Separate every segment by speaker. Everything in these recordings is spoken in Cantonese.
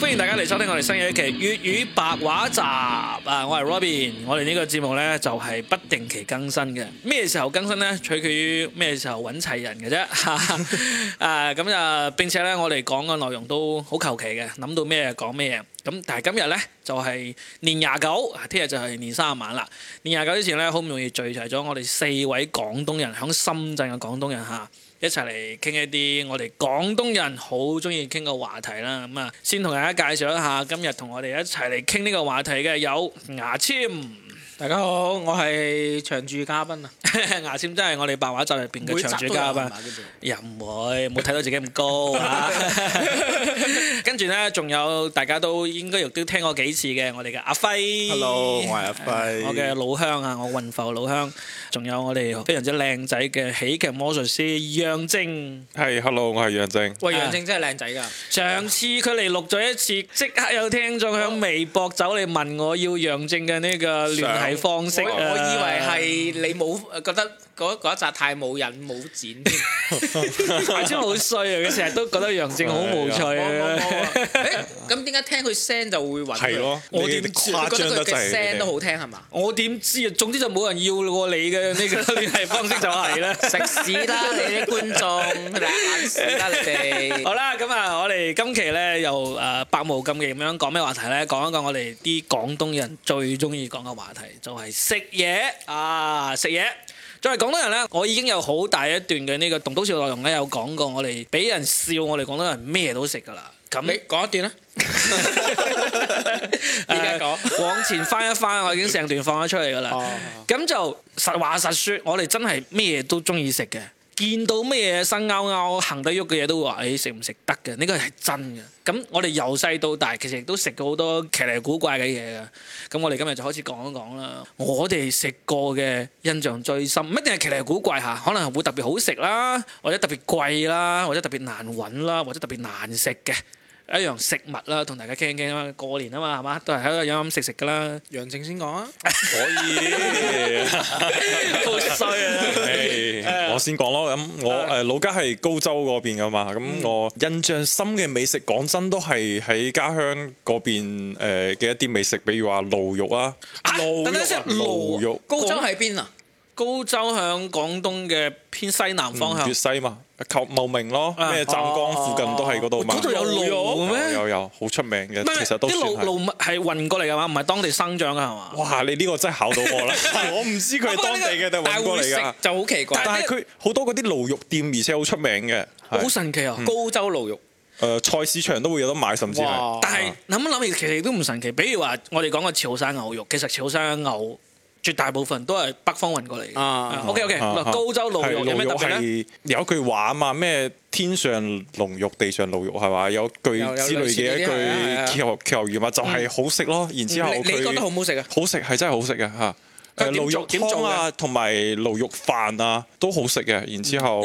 Speaker 1: 歡迎大家嚟收聽我哋新嘅一期粵語白話集啊！我係 Robin，我哋呢個節目呢，就係、不定期更新嘅，咩時候更新呢？取決於咩時候揾齊人嘅啫。 啊咁啊，並且呢，我哋講嘅內容都好求其嘅，諗到咩講咩嘢。咁但係今日呢，就係、年廿九，啊聽日就係年三十晚啦。年廿九之前呢，好唔容易聚齊咗我哋四位廣東人，響深圳嘅廣東人嚇。一齊嚟傾一啲我哋廣東人好中意傾嘅話題啦。咁啊，先同大家介紹一下，今日同我哋一齊嚟傾呢個話題嘅有牙籤，
Speaker 2: 大家好，我係長駐嘉賓啊，
Speaker 1: 牙籤真係我哋白話集入邊嘅長主嘉賓。又唔會，冇睇到自己咁高啊！ 跟住呢，仲有大家都應該亦都聽過幾次嘅，我哋嘅阿輝。
Speaker 3: Hello，我係阿 輝
Speaker 1: 我嘅老鄉啊，我雲浮老鄉，仲有我哋非常之靚仔嘅喜劇魔術師楊晶。
Speaker 3: 係，hello，我係楊正。
Speaker 2: 喂，楊正真係靚仔㗎，
Speaker 1: 上次佢嚟錄咗一次，即刻有聽眾響微博走嚟問我要楊正嘅呢個聯繫方式
Speaker 2: 我
Speaker 1: 啊
Speaker 2: 我以為係你冇覺得嗰嗰一集太冇癮冇剪添，
Speaker 1: 牙籤好衰啊！佢成日都覺得楊正好無趣
Speaker 2: 我我
Speaker 1: 啊。
Speaker 2: 我誒咁點解聽佢聲就會揾佢？
Speaker 3: 係咯，
Speaker 1: 我點
Speaker 3: 你哋
Speaker 2: 你
Speaker 3: 誇
Speaker 2: 覺
Speaker 3: 張
Speaker 2: 得
Speaker 3: 得
Speaker 2: 佢嘅
Speaker 3: 滯。
Speaker 2: 聲都好聽係嘛？
Speaker 1: 我點知啊？總之就冇人要過你嘅呢個聯繫方式就係啦。
Speaker 2: 食屎啦！你啲觀眾，食屎啦！你哋
Speaker 1: 好啦，咁啊，我哋今期咧又誒百無禁忌咁樣講咩話題咧？講一講我哋啲廣東人最中意講嘅話題，就係食嘢啊！食嘢。作為廣東人咧，我已經有好大一段嘅呢個棟篤笑內容咧，有講過我哋俾人笑，我哋廣東人咩都食噶啦。咁
Speaker 2: 你講一段啦，而家講
Speaker 1: 誒往前翻一翻，我已經成段放咗出嚟噶啦。咁就實話實說，我哋真係咩嘢都中意食嘅，見到咩嘢生勾勾、行得喐嘅嘢都會話：，誒食唔食得嘅？呢個係真嘅。咁我哋由細到大，其實亦都食過好多奇離古怪嘅嘢嘅。咁我哋今日就開始講一講啦。我哋食過嘅印象最深，唔一定係奇離古怪嚇，可能係會特別好食啦，或者特別貴啦，或者特別難揾啦，或者特別難食嘅。一樣食物啦，同大家傾一傾啦。過年啊嘛，係嘛，都係喺度飲飲食食噶啦。
Speaker 2: 楊正先講啊，
Speaker 3: 可以。
Speaker 1: 好衰啊！
Speaker 3: 誒我先講咯，咁我誒老家係高州嗰邊噶嘛，
Speaker 1: 嗯
Speaker 3: 咁我印象深嘅美食，講真都係喺家鄉嗰邊誒嘅一啲美食，比如話驢肉啊，
Speaker 1: 啊等等先
Speaker 3: 驢肉
Speaker 2: 高州喺邊啊？
Speaker 1: 高州向廣東嘅偏西南方向
Speaker 3: 粵，嗯西嘛，求茂名咯，
Speaker 1: 啊
Speaker 3: 咩湛江附近都係嗰度嘛。
Speaker 1: 嗰度有驢肉嘅咩
Speaker 3: 有有好出名嘅，
Speaker 1: 唔係
Speaker 3: 其實都
Speaker 1: 啲
Speaker 3: 算
Speaker 1: 路
Speaker 3: 係。
Speaker 1: 路係運過嚟㗎嘛，唔係當地生長㗎係嘛？
Speaker 3: 哇！你呢個真係考到我 啦，我唔知佢係當地嘅定
Speaker 2: 但
Speaker 3: 揾過
Speaker 2: 會
Speaker 3: 嚟
Speaker 2: 食
Speaker 3: 㗎。
Speaker 2: 就好奇怪，
Speaker 3: 但係佢好多嗰啲驢肉店，而且好出名嘅，
Speaker 1: 好
Speaker 3: 係
Speaker 1: 神奇啊！高
Speaker 2: 高州驢肉。
Speaker 3: 誒菜市場都會有得買，甚至係
Speaker 2: 哇
Speaker 1: 但係諗一諗，其實都唔神奇。比如話，我哋講嘅潮汕牛肉，其實潮汕牛絕大部分都係北方運過嚟嘅。
Speaker 2: 啊
Speaker 1: OK OK，
Speaker 3: 啊啊
Speaker 1: 高州驢肉有
Speaker 3: 係
Speaker 1: 咩特
Speaker 3: 驢
Speaker 1: 別咧？
Speaker 3: 係有一句話啊嘛，咩天上龍肉，地上驢肉係嘛？有句
Speaker 2: 有有
Speaker 3: 之類嘅
Speaker 2: 類似嗰啲係啊係啊
Speaker 3: 一句歇後歇後語嘛，就係好食咯。然之後
Speaker 2: 你你覺得好
Speaker 3: 佢
Speaker 2: 唔好食啊？
Speaker 3: 好食係真係好食嘅嚇。
Speaker 1: 佢
Speaker 3: 誒
Speaker 1: 點
Speaker 3: 驢
Speaker 1: 做
Speaker 3: 肉
Speaker 1: 點做
Speaker 3: 湯啊，同埋驢肉飯啊，都好食嘅。然之
Speaker 2: 因為
Speaker 3: 後。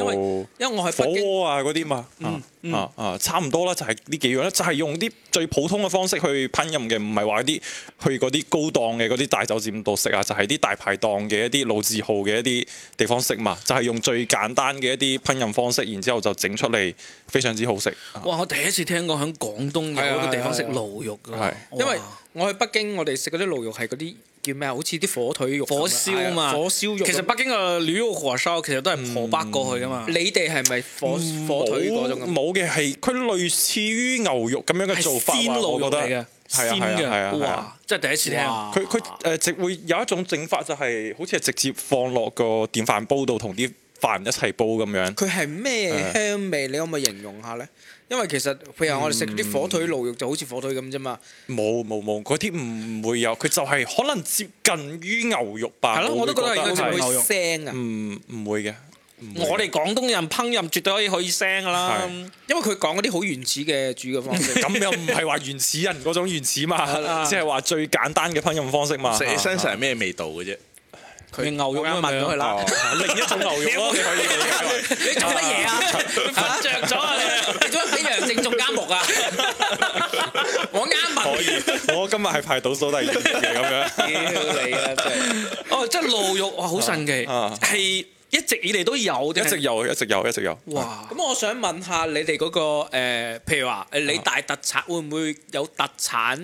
Speaker 2: 因為我喺
Speaker 3: 火
Speaker 2: 北京。
Speaker 3: 鍋啊嗰啲嘛，
Speaker 1: 嗯
Speaker 3: 啊啊啊，差唔多啦，就係呢幾樣啦，就係用啲最普通嘅方式去烹飪嘅，唔係話啲去嗰啲高檔嘅嗰啲大酒店度食啊，就係啲大排檔嘅一啲老字號嘅一啲地方食嘛，就係用最簡單嘅一啲烹飪方式，然之後就整出嚟非常之好食。啊
Speaker 1: 哇！我第一次聽過喺廣東有一個地方食驢肉㗎
Speaker 3: 係
Speaker 1: 喎，
Speaker 2: 因為
Speaker 1: 哇
Speaker 2: 我去北京，我哋食嗰啲驢肉係嗰啲叫咩啊？好似啲火腿肉咁啊、
Speaker 1: 火燒
Speaker 2: 係
Speaker 1: 嘛，
Speaker 2: 啊火燒肉。
Speaker 1: 其實北京嘅驢肉火燒其實都係河北過去噶嘛。
Speaker 2: 你哋係咪火火腿嗰種咁？
Speaker 3: 冇嘅係佢類似於牛肉咁樣嘅
Speaker 1: 係
Speaker 3: 做法
Speaker 1: 鮮
Speaker 3: 啊，
Speaker 1: 驢
Speaker 3: 我
Speaker 1: 肉
Speaker 3: 覺
Speaker 1: 嚟
Speaker 3: 得
Speaker 1: 嘅，
Speaker 3: 係啊
Speaker 1: 鮮
Speaker 3: 係啊係啊
Speaker 1: 嘅，
Speaker 3: 係啊。
Speaker 1: 哇！真係第一次聽。
Speaker 2: 哇
Speaker 3: 佢佢誒直會有一種整法就係、好似係直接放落個電飯煲度同啲飯一齊煲咁樣。
Speaker 2: 佢係咩香味？你可唔可以形容下咧？因為其實譬如我哋食啲火腿驢肉就好似火腿咁啫嘛。
Speaker 3: 冇冇冇，嗰啲唔會有，佢就係可能接近於牛肉
Speaker 2: 啊
Speaker 3: 吧。
Speaker 1: 係咯我都覺得係
Speaker 3: 會
Speaker 1: 應該就
Speaker 2: 會
Speaker 1: 係
Speaker 2: 唔
Speaker 3: 係
Speaker 1: 牛肉
Speaker 2: 會腥啊？
Speaker 3: 唔唔會嘅。唔會嘅
Speaker 1: 我哋廣東人烹飪絕對可以可以聲噶啦。
Speaker 3: 係
Speaker 2: 因為佢講嗰啲好原始嘅煮嘅 方式。
Speaker 3: 咁又唔係話原始人嗰種原始嘛，即係話最簡單嘅烹飪方式嘛。啊
Speaker 4: 食起身成係咩味道嘅啫？
Speaker 1: 佢牛肉
Speaker 2: 我啱
Speaker 1: 咁
Speaker 2: 問咗佢
Speaker 1: 樣。
Speaker 2: 啦
Speaker 3: 哦另一種牛肉咯，你可以理解為
Speaker 2: 你做
Speaker 1: 哦
Speaker 2: 乜 嘢啊？
Speaker 1: 瞓着咗啊！
Speaker 2: 你做乜俾楊正中監目 啊？我啱
Speaker 3: 可
Speaker 2: 問。
Speaker 3: 以。我今日係排倒數第二名嘅咁樣。
Speaker 2: 屌你啊！真係。
Speaker 1: 哦，即係驢肉哇，好神奇，
Speaker 3: 啊
Speaker 1: 係一一直以嚟都有，定
Speaker 3: 一
Speaker 1: 係
Speaker 3: 直有，一直有，一直有。
Speaker 1: 哇！
Speaker 2: 咁我想問下你哋嗰、個、呃、譬如話誒你大特產會唔會有特產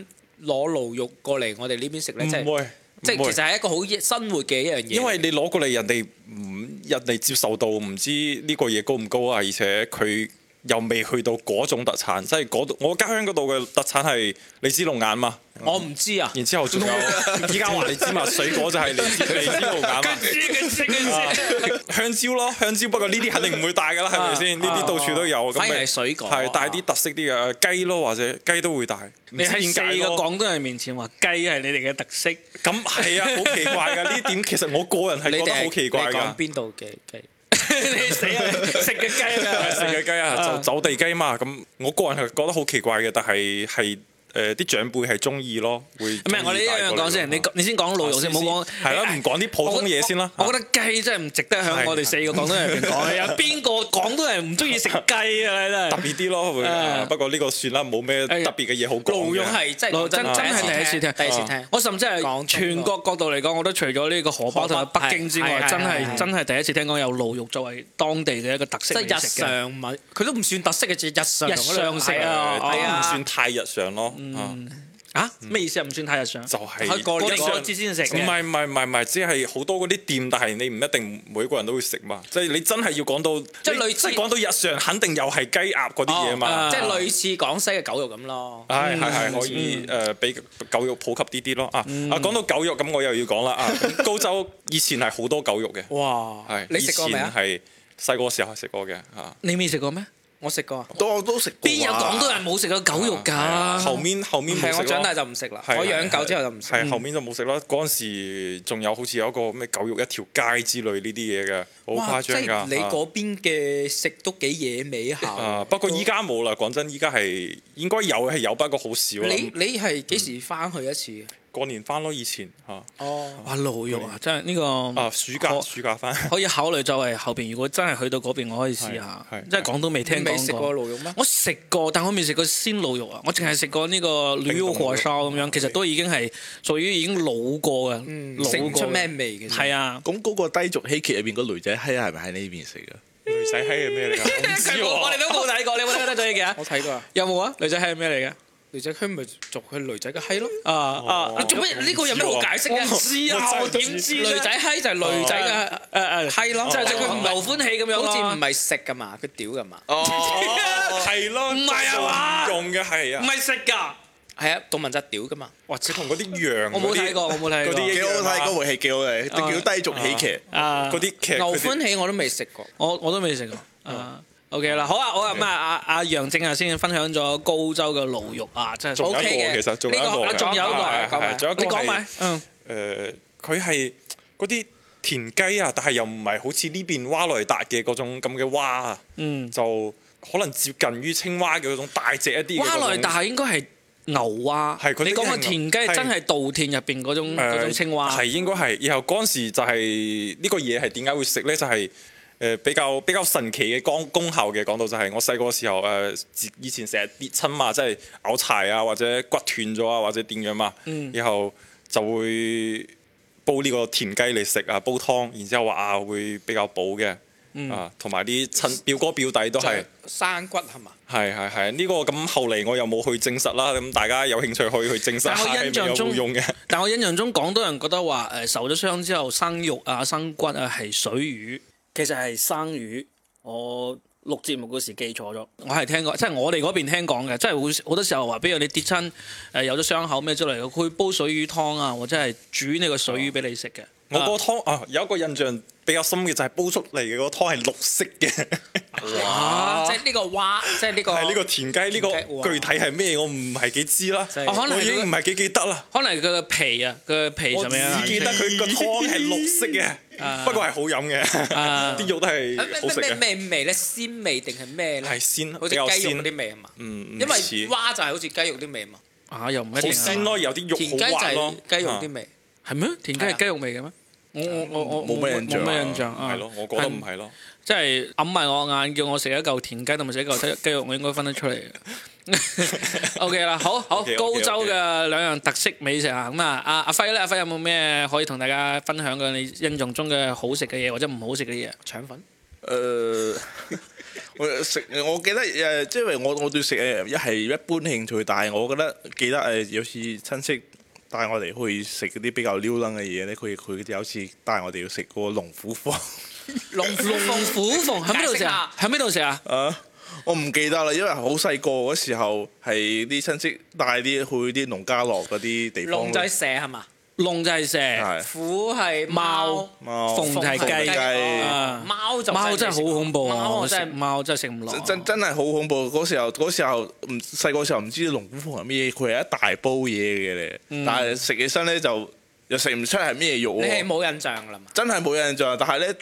Speaker 2: 攞驢肉過嚟我哋呢邊食咧？即
Speaker 3: 唔
Speaker 2: 係
Speaker 3: 會，
Speaker 2: 即
Speaker 3: 唔
Speaker 2: 係
Speaker 3: 會
Speaker 2: 其實係一個好生活嘅一樣嘢。
Speaker 3: 因為你攞過嚟，人哋唔人哋接受度唔知呢個嘢高唔高啊，而且佢又未去到嗰種特產，即係嗰度我家鄉嗰度嘅特產係荔枝龍眼嘛，
Speaker 2: 我唔知 啊，
Speaker 3: 然之後仲有 依家話荔枝嘛，水果就係荔枝荔枝龍眼嘛。啊香蕉咯，香蕉不過呢啲肯定唔會帶噶啦，係咪先？呢啲到處都有，咁
Speaker 2: 啊反而
Speaker 3: 咪
Speaker 2: 係水果
Speaker 3: 係帶啲特色啲嘅誒雞咯，或者雞都會帶。唔
Speaker 1: 你
Speaker 3: 知
Speaker 1: 喺
Speaker 3: 點
Speaker 1: 四
Speaker 3: 解
Speaker 1: 個
Speaker 3: 咯
Speaker 1: 廣東人面前話雞係你哋嘅特色，
Speaker 3: 咁係啊，好奇怪噶呢點，其實我個人係
Speaker 2: 你
Speaker 3: 覺
Speaker 2: 哋
Speaker 3: 得
Speaker 2: 係
Speaker 3: 好奇怪
Speaker 2: 你講
Speaker 3: 㗎。
Speaker 2: 邊度嘅雞？
Speaker 1: 你死啊！食嘅 雞啊！
Speaker 3: 食嘅雞啊，就走地雞嘛。咁我個人係覺得好奇怪嘅，但係係誒啲長輩係中意咯，會
Speaker 1: 唔係，我哋一樣講
Speaker 3: 啊
Speaker 1: 先，你講你先講老肉先，唔好講哎
Speaker 3: 係啦，唔講啲普通嘢先啦。
Speaker 1: 我覺得雞真係唔值得喺我哋四個廣東人入邊 講，有邊個廣東人唔中意食雞啊？真
Speaker 3: 特
Speaker 1: 係。
Speaker 3: 別啲咯，會啊
Speaker 1: 誒
Speaker 3: 不過呢個算啦，冇咩特別嘅嘢好講
Speaker 2: 驢肉
Speaker 3: 嘅。
Speaker 2: 係真
Speaker 1: 老哎真真
Speaker 3: 啊
Speaker 1: 係第一次聽，
Speaker 2: 第一次聽。
Speaker 1: 我甚至係
Speaker 2: 廣東
Speaker 1: 全國角度嚟講，我都除咗呢個河北同埋北京之
Speaker 2: 河
Speaker 1: 外，
Speaker 2: 北係
Speaker 1: 真
Speaker 2: 係係
Speaker 1: 係
Speaker 2: 係
Speaker 1: 真係第一次聽講有驢肉作為當地嘅一個特
Speaker 2: 即
Speaker 1: 色
Speaker 2: 係
Speaker 1: 美
Speaker 2: 日
Speaker 1: 食
Speaker 3: 啊
Speaker 1: 嘅。
Speaker 2: 常文，佢都唔算特色嘅，只日常
Speaker 1: 日常食啊
Speaker 3: 誒
Speaker 2: 係
Speaker 3: 都唔
Speaker 2: 啊，
Speaker 3: 算太日常咯，啊
Speaker 1: 啊，咩意思啊？唔算太日常。啊
Speaker 3: 就係
Speaker 2: 開過
Speaker 1: 過
Speaker 2: 年
Speaker 1: 年
Speaker 2: 嗰
Speaker 1: 過
Speaker 2: 陣
Speaker 1: 節先食
Speaker 3: 唔
Speaker 1: 嘅。
Speaker 3: 係唔係唔係唔係，只係好多嗰啲店，但係你唔一定每個人都會食嘛。即係你真係要講到，
Speaker 2: 即係
Speaker 3: 你
Speaker 2: 類似
Speaker 3: 即係講到日常，肯定又係雞鴨嗰啲嘢嘛。
Speaker 2: 即係類似廣西嘅狗肉咁咯。
Speaker 3: 係係
Speaker 2: 嗯
Speaker 3: 係可以誒，俾狗肉普及啲啲咯啊！啊講到狗肉咁，我又要講啦啊！高州以前係好多狗肉嘅，
Speaker 2: 哇
Speaker 3: 係
Speaker 2: 你食過未
Speaker 3: 以前
Speaker 2: 啊？
Speaker 3: 係細個時候係食過嘅啊嚇。
Speaker 1: 你未食過咩？
Speaker 2: 我食過啊，
Speaker 4: 都都食過
Speaker 1: 邊有廣東人冇食過狗肉
Speaker 3: 啊
Speaker 1: 㗎？
Speaker 3: 後面後面冇食
Speaker 2: 係
Speaker 3: 咯
Speaker 2: 我長大就唔食啦，
Speaker 3: 係
Speaker 2: 我養狗之後就唔食。嗯
Speaker 3: 係後面就冇食啦。嗰陣時仲有好似有一個咩狗肉一條街之類呢啲嘢嘅，好
Speaker 2: 哇！
Speaker 3: 誇
Speaker 2: 即
Speaker 3: 張
Speaker 2: 係
Speaker 3: 㗎。
Speaker 2: 你
Speaker 3: 啊
Speaker 2: 嗰邊嘅食都幾野味下。
Speaker 3: 啊！不過依家冇啦，講真，依家係應該有係有，不過好少啦。啊
Speaker 2: 你你係幾時翻去一次嘅？
Speaker 3: 過年翻咯，以前嚇
Speaker 2: 哦，
Speaker 1: 哇，驢肉啊，真係呢個
Speaker 3: 啊，暑假
Speaker 1: 我
Speaker 3: 暑假翻，
Speaker 1: 可以考慮作為後邊，如果真係去到嗰邊，我可以試下
Speaker 3: 係係。
Speaker 1: 即係廣東未聽
Speaker 2: 你未食
Speaker 1: 講
Speaker 2: 過
Speaker 1: 過。
Speaker 2: 驢肉咩？
Speaker 1: 我食過，但我未食過鮮驢肉啊！我淨係食過呢個驢肉火燒咁樣，其實都已經係屬於已經老過嘅，老
Speaker 2: 嗯食唔
Speaker 1: 過
Speaker 2: 出
Speaker 1: 嘅
Speaker 2: 咩味嘅。
Speaker 1: 係啊，
Speaker 4: 咁嗰個低俗希奇入邊個女仔閪係咪喺呢邊食嘅？
Speaker 3: 女仔閪係咩嚟㗎？我 唔知
Speaker 1: 我哋
Speaker 3: 喎。
Speaker 1: 都冇睇過，你有冇睇得到呢嘅啊？
Speaker 2: 我睇過啊，
Speaker 1: 有冇啊？女仔係咩嚟嘅？
Speaker 2: 女仔佢咪做佢女仔嘅閪咯。
Speaker 1: 啊啊！你做咩？呢個有咩好解釋嘅？
Speaker 3: 我唔知啊
Speaker 1: 我點知
Speaker 2: 女
Speaker 1: 女仔
Speaker 2: 仔閪就係女仔嘅
Speaker 1: 誒誒
Speaker 2: 閪咯，
Speaker 1: 就係
Speaker 2: 但係
Speaker 1: 佢
Speaker 2: 佢
Speaker 1: 唔
Speaker 2: 唔
Speaker 1: 留
Speaker 2: 係
Speaker 1: 歡喜咁
Speaker 3: 啊
Speaker 1: 樣
Speaker 2: 好似
Speaker 1: 係
Speaker 2: 唔係食噶嘛，佢屌噶嘛。
Speaker 4: 哦，
Speaker 3: 係咯，
Speaker 1: 唔係啊嘛
Speaker 3: 用嘅係
Speaker 1: 唔
Speaker 3: 啊，
Speaker 1: 係食㗎。
Speaker 2: 係啊，杜汶澤屌噶嘛。
Speaker 3: 或者同嗰啲羊嗰啲，
Speaker 1: 我冇睇過，我冇睇
Speaker 3: 嗰啲
Speaker 1: 過。
Speaker 4: 幾好睇嗰啊部戲，幾好睇，叫低俗喜劇。
Speaker 1: 啊
Speaker 3: 嗰啲劇，
Speaker 2: 牛
Speaker 3: 佢哋哦
Speaker 2: 歡喜我都未食過。
Speaker 1: 我我都未食過。啊，OK 啦，好啊，好啊，咁啊，阿阿楊正啊先分享咗高州嘅驢肉啊，真
Speaker 3: 仲
Speaker 1: 係
Speaker 3: 有一
Speaker 2: OK 嘅
Speaker 3: 個其實仲有一
Speaker 2: 呢個
Speaker 3: 個
Speaker 2: 啊
Speaker 3: 嘅，
Speaker 1: 仲有一個
Speaker 3: 係
Speaker 2: 講
Speaker 3: 係
Speaker 2: 埋
Speaker 3: 仲有一個
Speaker 1: 你講
Speaker 3: 係
Speaker 1: 埋，嗯，
Speaker 3: 誒，佢係嗰啲田雞啊，但係又唔係好似呢邊蛙來達嘅嗰種咁嘅蛙啊，
Speaker 1: 嗯
Speaker 3: 就可能接近於青蛙嘅嗰種大隻一啲嘅嗰種。
Speaker 1: 蛙來達應該係牛蛙，
Speaker 3: 係嗰啲
Speaker 1: 你講個田雞
Speaker 3: 係
Speaker 1: 真係稻田入邊嗰種嗰種青蛙，
Speaker 3: 呃係應該係。然後嗰陣時就係呢個嘢係點解會食咧？就係、誒比較比較神奇嘅功功效嘅講到就係我細個嘅時候誒、自以前成日跌親嘛，即係拗柴啊，或者骨斷咗啊，或者點樣嘛，
Speaker 1: 嗯
Speaker 3: 然後就會煲呢個田雞嚟食啊，煲湯，然之後話啊會比較補嘅、
Speaker 1: 嗯
Speaker 3: 啊，同埋啲親表哥表弟都係。
Speaker 2: 生骨係嘛？
Speaker 3: 係係係，呢、個咁後嚟我又冇去證實啦，咁大家有興趣可以去證實下
Speaker 1: 但我印
Speaker 3: 係咪有
Speaker 1: 象
Speaker 3: 冇
Speaker 1: 中
Speaker 3: 用嘅。
Speaker 1: 但我印象中廣東人覺得話誒受咗傷之後生肉啊、生骨啊係水魚，其實係生魚。我錄節目嗰時記錯咗，我係聽過，即係我哋嗰邊聽講嘅，即係會好多時候話，比如你跌親誒有咗傷口咩之類嘅，佢會煲水魚湯啊，或者係煮呢個水魚俾你食嘅。
Speaker 3: 我個湯啊，有一個印象比較深嘅就係煲出嚟嘅個湯係綠色嘅，
Speaker 2: 啊！即係呢個蛙，即係呢個
Speaker 3: 係呢個田雞呢
Speaker 2: 田雞哇
Speaker 3: 個具體係咩我唔係幾知啦，
Speaker 2: 真係
Speaker 3: 我
Speaker 1: 可能
Speaker 3: 已
Speaker 1: 係佢
Speaker 3: 經唔係幾記得啦，
Speaker 1: 可能佢嘅皮啊，佢嘅皮
Speaker 3: 我
Speaker 1: 上
Speaker 3: 只
Speaker 1: 面啊
Speaker 3: 記得佢個湯係綠色
Speaker 1: 啊
Speaker 3: 嘅，不過係好飲嘅，
Speaker 1: 啊
Speaker 3: 啲肉都係好食
Speaker 2: 咩
Speaker 3: 嘅，
Speaker 2: 咩咩味咧？鮮味定係咩咧？
Speaker 3: 係鮮
Speaker 2: 好似雞
Speaker 3: 比較
Speaker 2: 肉嗰
Speaker 3: 鮮，
Speaker 2: 啲味係嘛？
Speaker 3: 嗯，唔
Speaker 2: 因為
Speaker 3: 似
Speaker 2: 蛙就係好似雞肉啲味嘛，
Speaker 1: 啊，又唔一
Speaker 3: 好
Speaker 1: 定
Speaker 3: 鮮
Speaker 1: 啊，
Speaker 3: 咯，有啲
Speaker 2: 田雞
Speaker 3: 肉
Speaker 2: 就
Speaker 3: 好滑咯
Speaker 2: 係，雞肉啲
Speaker 3: 啊
Speaker 2: 味。
Speaker 1: 係咩？田雞
Speaker 2: 係啊
Speaker 1: 係雞肉味嘅咩？我我我我
Speaker 4: 冇咩印象啊
Speaker 1: 冇咩印象啊，
Speaker 3: 係咯，我覺得唔係咯，
Speaker 1: 即係揞埋我眼，叫我食一嚿田雞同埋食一嚿雞雞肉，我應該分得出嚟嘅。 O K 啦，好好
Speaker 3: OK，OK，OK
Speaker 1: 高州嘅兩樣特色美食啊，咁啊，阿阿輝咧，阿輝有冇咩可以同大家分享嘅？你印象中嘅好食嘅嘢或者唔好食嘅嘢？
Speaker 2: 腸粉
Speaker 4: 誒， 我食我記得誒，即係因為我我對食誒一係一般興趣，但係我覺得記得誒有次親戚帶我哋去食嗰啲比較撩楞嘅嘢咧，佢佢有次帶我哋去食個龍虎坊。
Speaker 1: 龍龍虎鳳喺邊度食啊？喺邊度食啊？
Speaker 4: 啊！我唔記得啦，因為好細個嗰時候係啲親戚帶啲去啲農家樂嗰啲地方。
Speaker 2: 龍仔蛇係嘛？
Speaker 1: 龍就係蛇，
Speaker 4: 係
Speaker 2: 虎係
Speaker 1: 貓
Speaker 2: 貓，
Speaker 4: 貓
Speaker 1: 鳳就係
Speaker 4: 啊鳳就
Speaker 1: 雞
Speaker 4: 係雞。
Speaker 1: 啊
Speaker 2: 哦貓就
Speaker 1: 貓真係好恐怖啊！
Speaker 2: 貓
Speaker 1: 我
Speaker 2: 我
Speaker 1: 食
Speaker 2: 真係
Speaker 1: 貓真係食唔落啊。
Speaker 4: 真真係好恐怖！嗰時候嗰時候唔細個時候唔知龍虎鳳係咩嘢，佢係一大煲嘢嘅咧。但係食起身咧就又食唔出係咩肉
Speaker 2: 嗯你係
Speaker 4: 喎。
Speaker 2: 冇印象㗎啦嘛？
Speaker 4: 真係冇印象，但係咧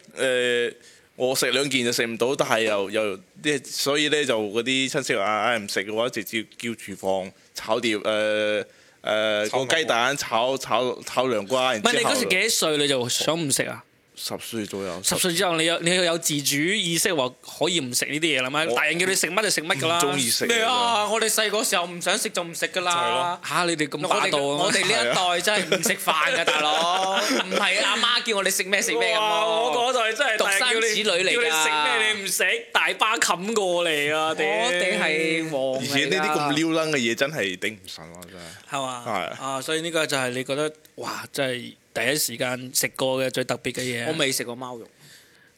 Speaker 4: 誒，我食兩件就食唔到，但係又又啲，所以咧就嗰啲親戚話：唉唔食嘅話，直接叫廚房炒碟誒誒、呃
Speaker 3: 炒
Speaker 4: 個雞蛋炒炒炒涼瓜。然
Speaker 1: 唔係你
Speaker 4: 之後
Speaker 1: 嗰時幾多歲你就想唔食啊？
Speaker 4: 十歲左右，
Speaker 1: 十歲之後你有你有自主意識話可以唔食呢啲嘢啦嘛？
Speaker 4: 我
Speaker 1: 大人叫你食乜就食乜㗎
Speaker 4: 唔
Speaker 1: 啦。
Speaker 4: 中意食
Speaker 2: 咩
Speaker 4: 嘅
Speaker 2: 啊！我哋細個時候唔想食就唔食㗎
Speaker 3: 係
Speaker 2: 啦
Speaker 3: 咯。
Speaker 1: 嚇！你哋咁
Speaker 2: 我
Speaker 1: 霸
Speaker 2: 哋
Speaker 1: 道啊！
Speaker 2: 我哋呢一代真係唔食飯㗎，大佬，唔係阿媽叫我哋食咩食咩咁
Speaker 1: 哇！我嗰
Speaker 2: 咯。
Speaker 1: 代真係
Speaker 2: 獨生
Speaker 1: 叫你
Speaker 2: 子女嚟㗎
Speaker 1: 叫你食咩你唔食，大巴冚過嚟啊！我
Speaker 2: 我哋係黃
Speaker 4: 而
Speaker 2: 嚟
Speaker 4: 且
Speaker 2: 㗎
Speaker 4: 呢啲咁撩楞嘅嘢真係頂唔順咯，真係。
Speaker 1: 啊係嘛？
Speaker 4: 係
Speaker 1: 啊，所以呢個就係你覺得哇，真係第一時間食過嘅最特別嘅嘢。啊
Speaker 2: 我未食過貓肉，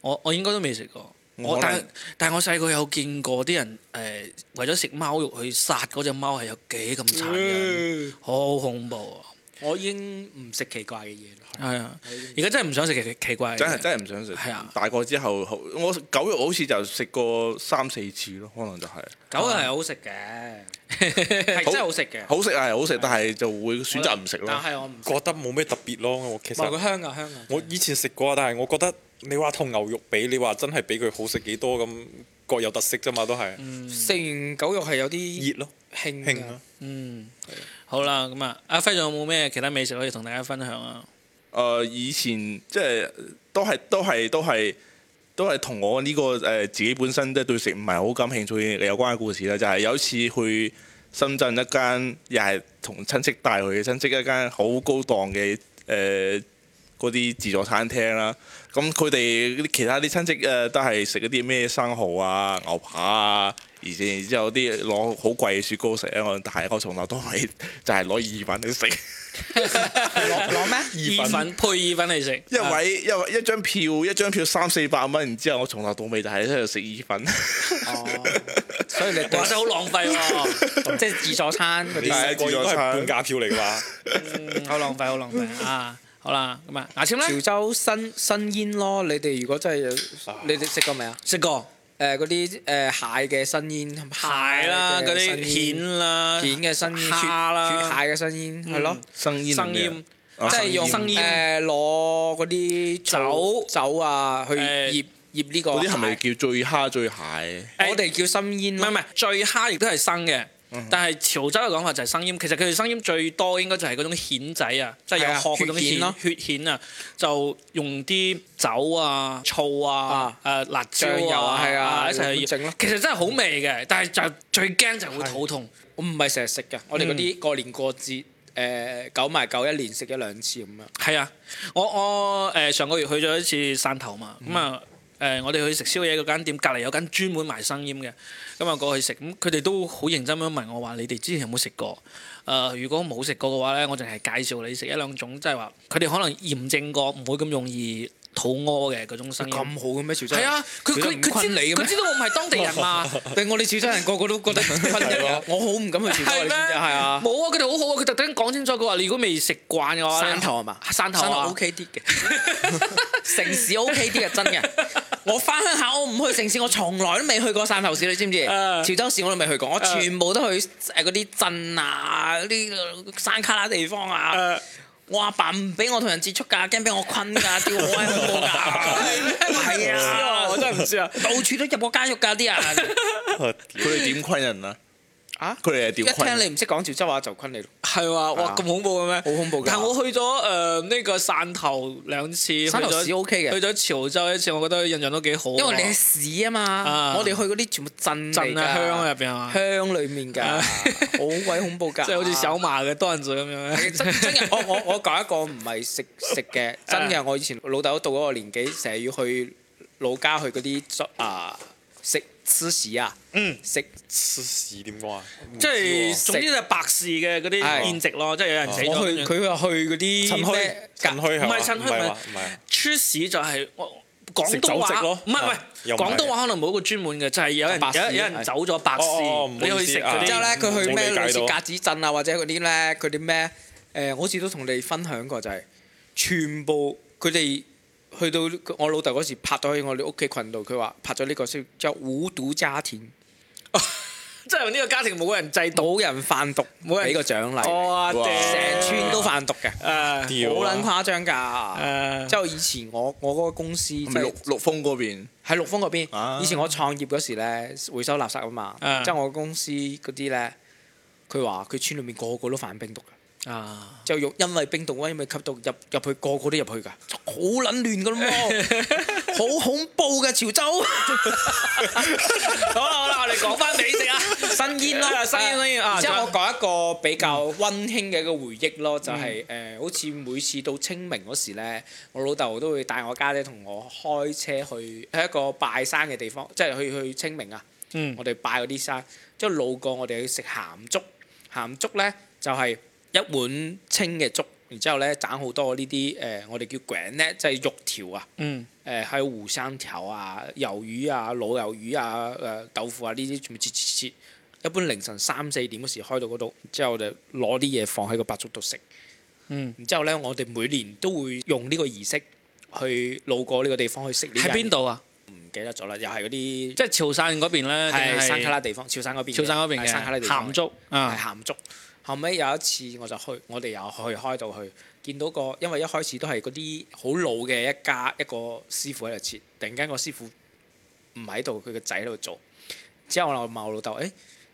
Speaker 1: 我我應該都未食過。我
Speaker 4: 我
Speaker 1: 但
Speaker 4: 可
Speaker 1: 係
Speaker 4: 能
Speaker 1: 但係我細個有見過啲人誒、呃，為咗食貓肉去殺嗰只貓係有幾咁殘
Speaker 4: 嗯
Speaker 1: 忍，好恐怖啊！
Speaker 2: 我已經唔食奇怪嘅嘢啦。
Speaker 1: 係啊，而家真係唔想食奇奇怪嘅嘢
Speaker 4: 真係真係唔想食。
Speaker 1: 係啊
Speaker 4: 大個之後，好我狗肉好似就食過三四次咯，可能就係、啊
Speaker 2: 狗係好食 嘅，係真係好食嘅。
Speaker 4: 好食係好食，但係就會選擇唔食咯
Speaker 2: 但。係我唔食。
Speaker 3: 覺得冇咩特別咯。我其
Speaker 2: 唔係佢
Speaker 3: 實
Speaker 2: 香啊香啊！
Speaker 3: 我以前食過，但係我覺得你話同牛肉比，你話真係比佢好食幾多咁，各有特色啫嘛，都係
Speaker 2: 嗯食完狗肉係有啲
Speaker 3: 熱咯，
Speaker 2: 興
Speaker 3: 興咯
Speaker 2: 㗎。。
Speaker 1: 嗯，好啦，咁啊，阿輝仲有冇咩其他美食可以同大家分享啊？
Speaker 4: 誒、呃以前即係都係都係都係都係同我呢、個誒、自己本身即係對食唔係好感興趣嘅有關嘅故事啦。就係、有一次去深圳一間又係同親戚帶去嘅親戚一間好高檔嘅誒嗰啲自助餐廳啦。咁佢哋嗰啲其他啲親戚誒、都係食嗰啲咩生蠔啊、牛扒啊。而且然之後啲攞好貴嘅雪糕食啊，我但係我從來都係就係攞意粉去食。
Speaker 2: 攞攞咩？
Speaker 1: 意粉配意粉嚟食，
Speaker 4: 一位一位一張票，一張票三四百蚊，然之後我從頭到尾就係喺度食意粉，
Speaker 2: 所以你
Speaker 1: 哇！真係好浪費喎，
Speaker 2: 即係自助餐嗰
Speaker 3: 你
Speaker 2: 啲。
Speaker 3: 細個應該係半價票嚟 㗎嘛？
Speaker 1: 嗯好浪費，好浪費啊！好啦，咁啊，牙籤咧
Speaker 2: 潮州新新煙咯，你哋如果真係有，你哋食過未啊？
Speaker 1: 食過
Speaker 2: 誒嗰啲誒蟹嘅新煙，蟹
Speaker 1: 蟹啦，
Speaker 2: 嘅
Speaker 1: 嗰啲
Speaker 2: 新煙
Speaker 1: 蜆啦，
Speaker 2: 蜆嘅新煙，血
Speaker 1: 蝦啦，
Speaker 2: 血蟹嘅新煙，係咯，
Speaker 4: 生煙
Speaker 1: 生醃，
Speaker 4: 啊
Speaker 2: 即係用
Speaker 1: 生
Speaker 2: 誒
Speaker 1: 煙
Speaker 2: 攞嗰啲醋酒啊去
Speaker 1: 誒
Speaker 2: 醃醃呢個
Speaker 4: 嗰啲係咪
Speaker 2: 蟹。
Speaker 4: 叫醉蝦醉蟹？
Speaker 2: 我哋叫新煙
Speaker 1: 唔係
Speaker 2: 咯嗯
Speaker 1: 唔，係，醉蝦亦都係生嘅。但係潮州嘅講法就係生醃，其實佢哋生醃最多應該就係嗰種蜆仔啊，即係有
Speaker 2: 係啊
Speaker 1: 殼嗰種
Speaker 2: 血蜆
Speaker 1: 蜆
Speaker 2: 咯
Speaker 1: 血蜆啊，就用啲酒啊、醋啊
Speaker 2: 啊、
Speaker 1: 誒辣椒
Speaker 2: 醬油啊係啊
Speaker 1: 一齊去
Speaker 2: 咁整
Speaker 1: 醃
Speaker 2: 咯。
Speaker 1: 其實真係好味嘅，但係就最驚就係會肚痛。
Speaker 2: 我唔係成日食㗎，我哋嗰
Speaker 1: 嗯
Speaker 2: 啲過年過節誒九埋九一年食一兩次咁樣。
Speaker 1: 係啊，我我誒、上個月去咗一次汕頭嘛，
Speaker 2: 嗯
Speaker 1: 咁啊誒我哋去食宵夜嗰間店，隔離有間專門賣生醃嘅，咁啊過去食，咁佢哋都好認真咁樣問我話：你哋之前有冇食過？誒、如果冇食過嘅話咧，我淨係介紹你食一兩種，即係話佢哋可能驗證過，唔會咁容易肚屙嘅嗰種生醃。
Speaker 2: 咁好嘅咩？潮州
Speaker 1: 係
Speaker 2: 人
Speaker 1: 啊，佢佢
Speaker 2: 潮州人
Speaker 1: 佢
Speaker 2: 唔
Speaker 1: 知
Speaker 2: 昆你嘅
Speaker 1: 佢
Speaker 2: 咩？
Speaker 1: 知道我唔係當地人 嘛。
Speaker 2: 但我哋潮州人個個都 覺得唔昆你啊！我好唔敢去潮州，
Speaker 1: 係
Speaker 2: 你知唔
Speaker 1: 咩？
Speaker 2: 知啊？係啊，
Speaker 1: 冇啊！佢哋好好啊！佢特登講清楚，佢話你如果未食慣嘅話呢，
Speaker 2: 汕頭係嘛？
Speaker 1: 汕頭啊
Speaker 2: OK 啲 嘅，城市 OK 啲嘅真嘅。 我翻鄉下，我唔去城市，我從來都未去過汕頭市，你知唔知？
Speaker 1: 啊
Speaker 2: 潮州市我都未去過，我全部都去誒嗰啲鎮啊、嗰啲山卡拉地方啊。我阿爸唔俾我同人接觸㗎，驚俾我坤 㗎，叫我喺恐怖㗎。係啊，我真係唔知啊，到處都入過監獄㗎啲 人。
Speaker 4: 佢哋點昆人啊？
Speaker 2: 啊
Speaker 4: 佢哋係
Speaker 2: 一
Speaker 4: 點
Speaker 2: 聽
Speaker 4: 昆？
Speaker 2: 你唔識講潮州話就昆你咯。
Speaker 1: 係嘛？哇，咁恐怖嘅咩？
Speaker 2: 啊好恐怖㗎
Speaker 1: 但我去咗誒呢個汕頭兩次，
Speaker 2: 汕頭
Speaker 1: 去咗
Speaker 2: 市 OK 嘅
Speaker 1: 去咗潮州一次，我覺得印象都幾好啊。
Speaker 2: 因為你係市啊嘛
Speaker 1: 啊，
Speaker 2: 我哋去嗰啲全部鎮
Speaker 1: 鎮
Speaker 2: 嚟
Speaker 1: 啊鄉入
Speaker 2: 㗎，
Speaker 1: 邊啊嘛，
Speaker 2: 鄉裡面㗎，
Speaker 1: 啊
Speaker 2: 好鬼恐 怖㗎，
Speaker 1: 即係好似小馬嘅多人組咁樣。
Speaker 2: 真真嘅，我我我講一個唔係食食嘅，真嘅。我以前老豆到嗰個年紀，成日要去老家去嗰啲作啊食黐屎啊，
Speaker 1: 嗯，
Speaker 2: 食
Speaker 3: 黐屎點講啊？
Speaker 1: 即係
Speaker 2: 食
Speaker 1: 總之就係白事嘅嗰啲
Speaker 2: 係哦
Speaker 1: 宴席咯，即係有人死
Speaker 2: 我
Speaker 1: 咗。
Speaker 2: 去佢話去嗰
Speaker 3: 趁
Speaker 2: 啲
Speaker 3: 虛
Speaker 2: 咩
Speaker 3: 趁虛係嘛
Speaker 1: 唔係趁虛
Speaker 3: 唔係
Speaker 1: 唔係
Speaker 3: 話唔係啊
Speaker 1: 出事就係我廣
Speaker 3: 食
Speaker 1: 東
Speaker 3: 酒席
Speaker 1: 話
Speaker 3: 咯，
Speaker 1: 唔係唔係
Speaker 3: 啊又唔係
Speaker 1: 廣東話可能冇一個專門嘅，就係有人
Speaker 2: 白事
Speaker 1: 有有人走咗白
Speaker 3: 哦哦唔
Speaker 1: 事，
Speaker 3: 好
Speaker 1: 你去
Speaker 3: 意思
Speaker 1: 食嗰
Speaker 3: 啊
Speaker 1: 啲。
Speaker 2: 之後咧，佢去咩
Speaker 3: 冇理解
Speaker 2: 類似
Speaker 3: 到
Speaker 2: 格子鎮啊，或者嗰啲咧，佢啲咩誒，我好似都同你分享過，就係、全部佢哋去到我老豆嗰時拍咗喺我哋屋企群度，佢話拍咗呢個先，叫無毒家庭，
Speaker 1: 即係呢個家庭冇人制度，
Speaker 2: 冇人販毒，
Speaker 1: 冇人 哦
Speaker 2: 俾個獎勵，
Speaker 1: 哇！
Speaker 4: 哇
Speaker 2: 成村都販毒嘅，
Speaker 1: 誒
Speaker 3: 屌
Speaker 2: 好
Speaker 3: 啊
Speaker 2: 撚誇張㗎。
Speaker 1: 誒，
Speaker 2: 之後以前我我嗰個公司即
Speaker 4: 係咪
Speaker 2: 係
Speaker 4: 陸陸豐嗰邊
Speaker 2: 喺陸豐嗰邊，
Speaker 4: 啊
Speaker 2: 以前我創業嗰時咧回收垃圾啊嘛，
Speaker 1: 啊
Speaker 2: 即係我公司嗰啲咧，佢話佢村裏面個個都販冰毒㗎。
Speaker 1: 啊，
Speaker 2: 就用因為冰毒啊，因為吸毒入入去個個都入去㗎，好撚亂㗎咯 喎，好恐怖㗎潮 州。
Speaker 1: 好啦好啦，我哋講翻美食啊，
Speaker 2: 新煙啦，
Speaker 1: 新煙新煙啊
Speaker 2: 然之
Speaker 1: 仲
Speaker 2: 後
Speaker 1: 有
Speaker 2: 我講一個比較温馨嘅一個回憶咯，就係誒，好似每次到清明嗰時咧，我老豆都會帶我家姐同我開車去喺一個拜山嘅地方，即係去去清明啊。
Speaker 1: 嗯
Speaker 2: 我哋拜嗰啲山，之後路過我哋去食鹹粥，鹹粥咧就係一碗清嘅粥，然之後咧斬好多呢啲誒，我哋叫卷咧，即係肉條啊。
Speaker 1: 嗯，
Speaker 2: 誒喺湖生條啊、魷魚啊、老魷魚啊、誒、豆腐啊呢啲全部切切切，一般凌晨三四點嗰時開到嗰度，之後我哋攞啲嘢放喺個白粥度食。
Speaker 1: 嗯，
Speaker 2: 然之後咧，我哋每年都會用呢個儀式去路過呢個地方去食呢。
Speaker 1: 喺邊？度啊？
Speaker 2: 唔記得咗啦，又係嗰啲
Speaker 1: 即係潮汕嗰邊咧，定
Speaker 2: 係山卡
Speaker 1: 係
Speaker 2: 拉地方，潮汕嗰邊嘅。
Speaker 1: 潮汕嗰邊
Speaker 2: 係山卡拉
Speaker 1: 嘅
Speaker 2: 地方
Speaker 1: 鹹
Speaker 2: 嘅
Speaker 1: 粥
Speaker 2: 係
Speaker 1: 啊？
Speaker 2: 鹹粥。後尾有一次我就去，我哋又去開到去，見到個因為一開始都係嗰啲好老嘅一家一個師傅喺度切，突然間個師傅唔喺度，佢個仔喺度做。之後我就問我老豆，誒、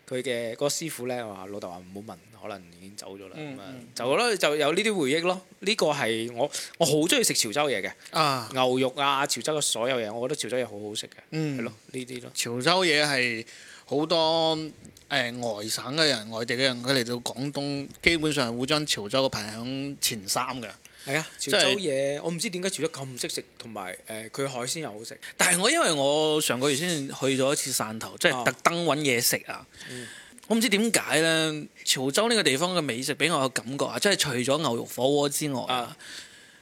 Speaker 2: 佢嘅嗰個師傅咧，我話老豆話唔好問，可能已經走咗啦。
Speaker 1: 嗯
Speaker 2: 咁啊、
Speaker 1: 嗯
Speaker 2: 就咯就有呢啲回憶咯。呢、個係我我好中意食潮州嘢嘅，
Speaker 1: 啊，
Speaker 2: 牛肉啊，潮州嘅所有嘢，我覺得潮州嘢好好食嘅，係、
Speaker 1: 嗯
Speaker 2: 咯呢啲咯。
Speaker 5: 潮州嘢係好多誒、呃外省嘅人、外地嘅人，佢嚟到廣東，基本上係會將潮州嘅排響前三嘅。
Speaker 2: 係啊，潮
Speaker 5: 係
Speaker 2: 州嘢我唔知點解潮州咁唔識食，同埋誒佢海鮮又好食。
Speaker 1: 但係我因為我上個月先去咗一次汕頭，即係
Speaker 2: 啊
Speaker 1: 特登揾嘢食啊。
Speaker 2: 嗯
Speaker 1: 我唔知點解呢，潮州呢個地方嘅美食俾我嘅感覺啊，即係除咗牛肉火鍋之外啊，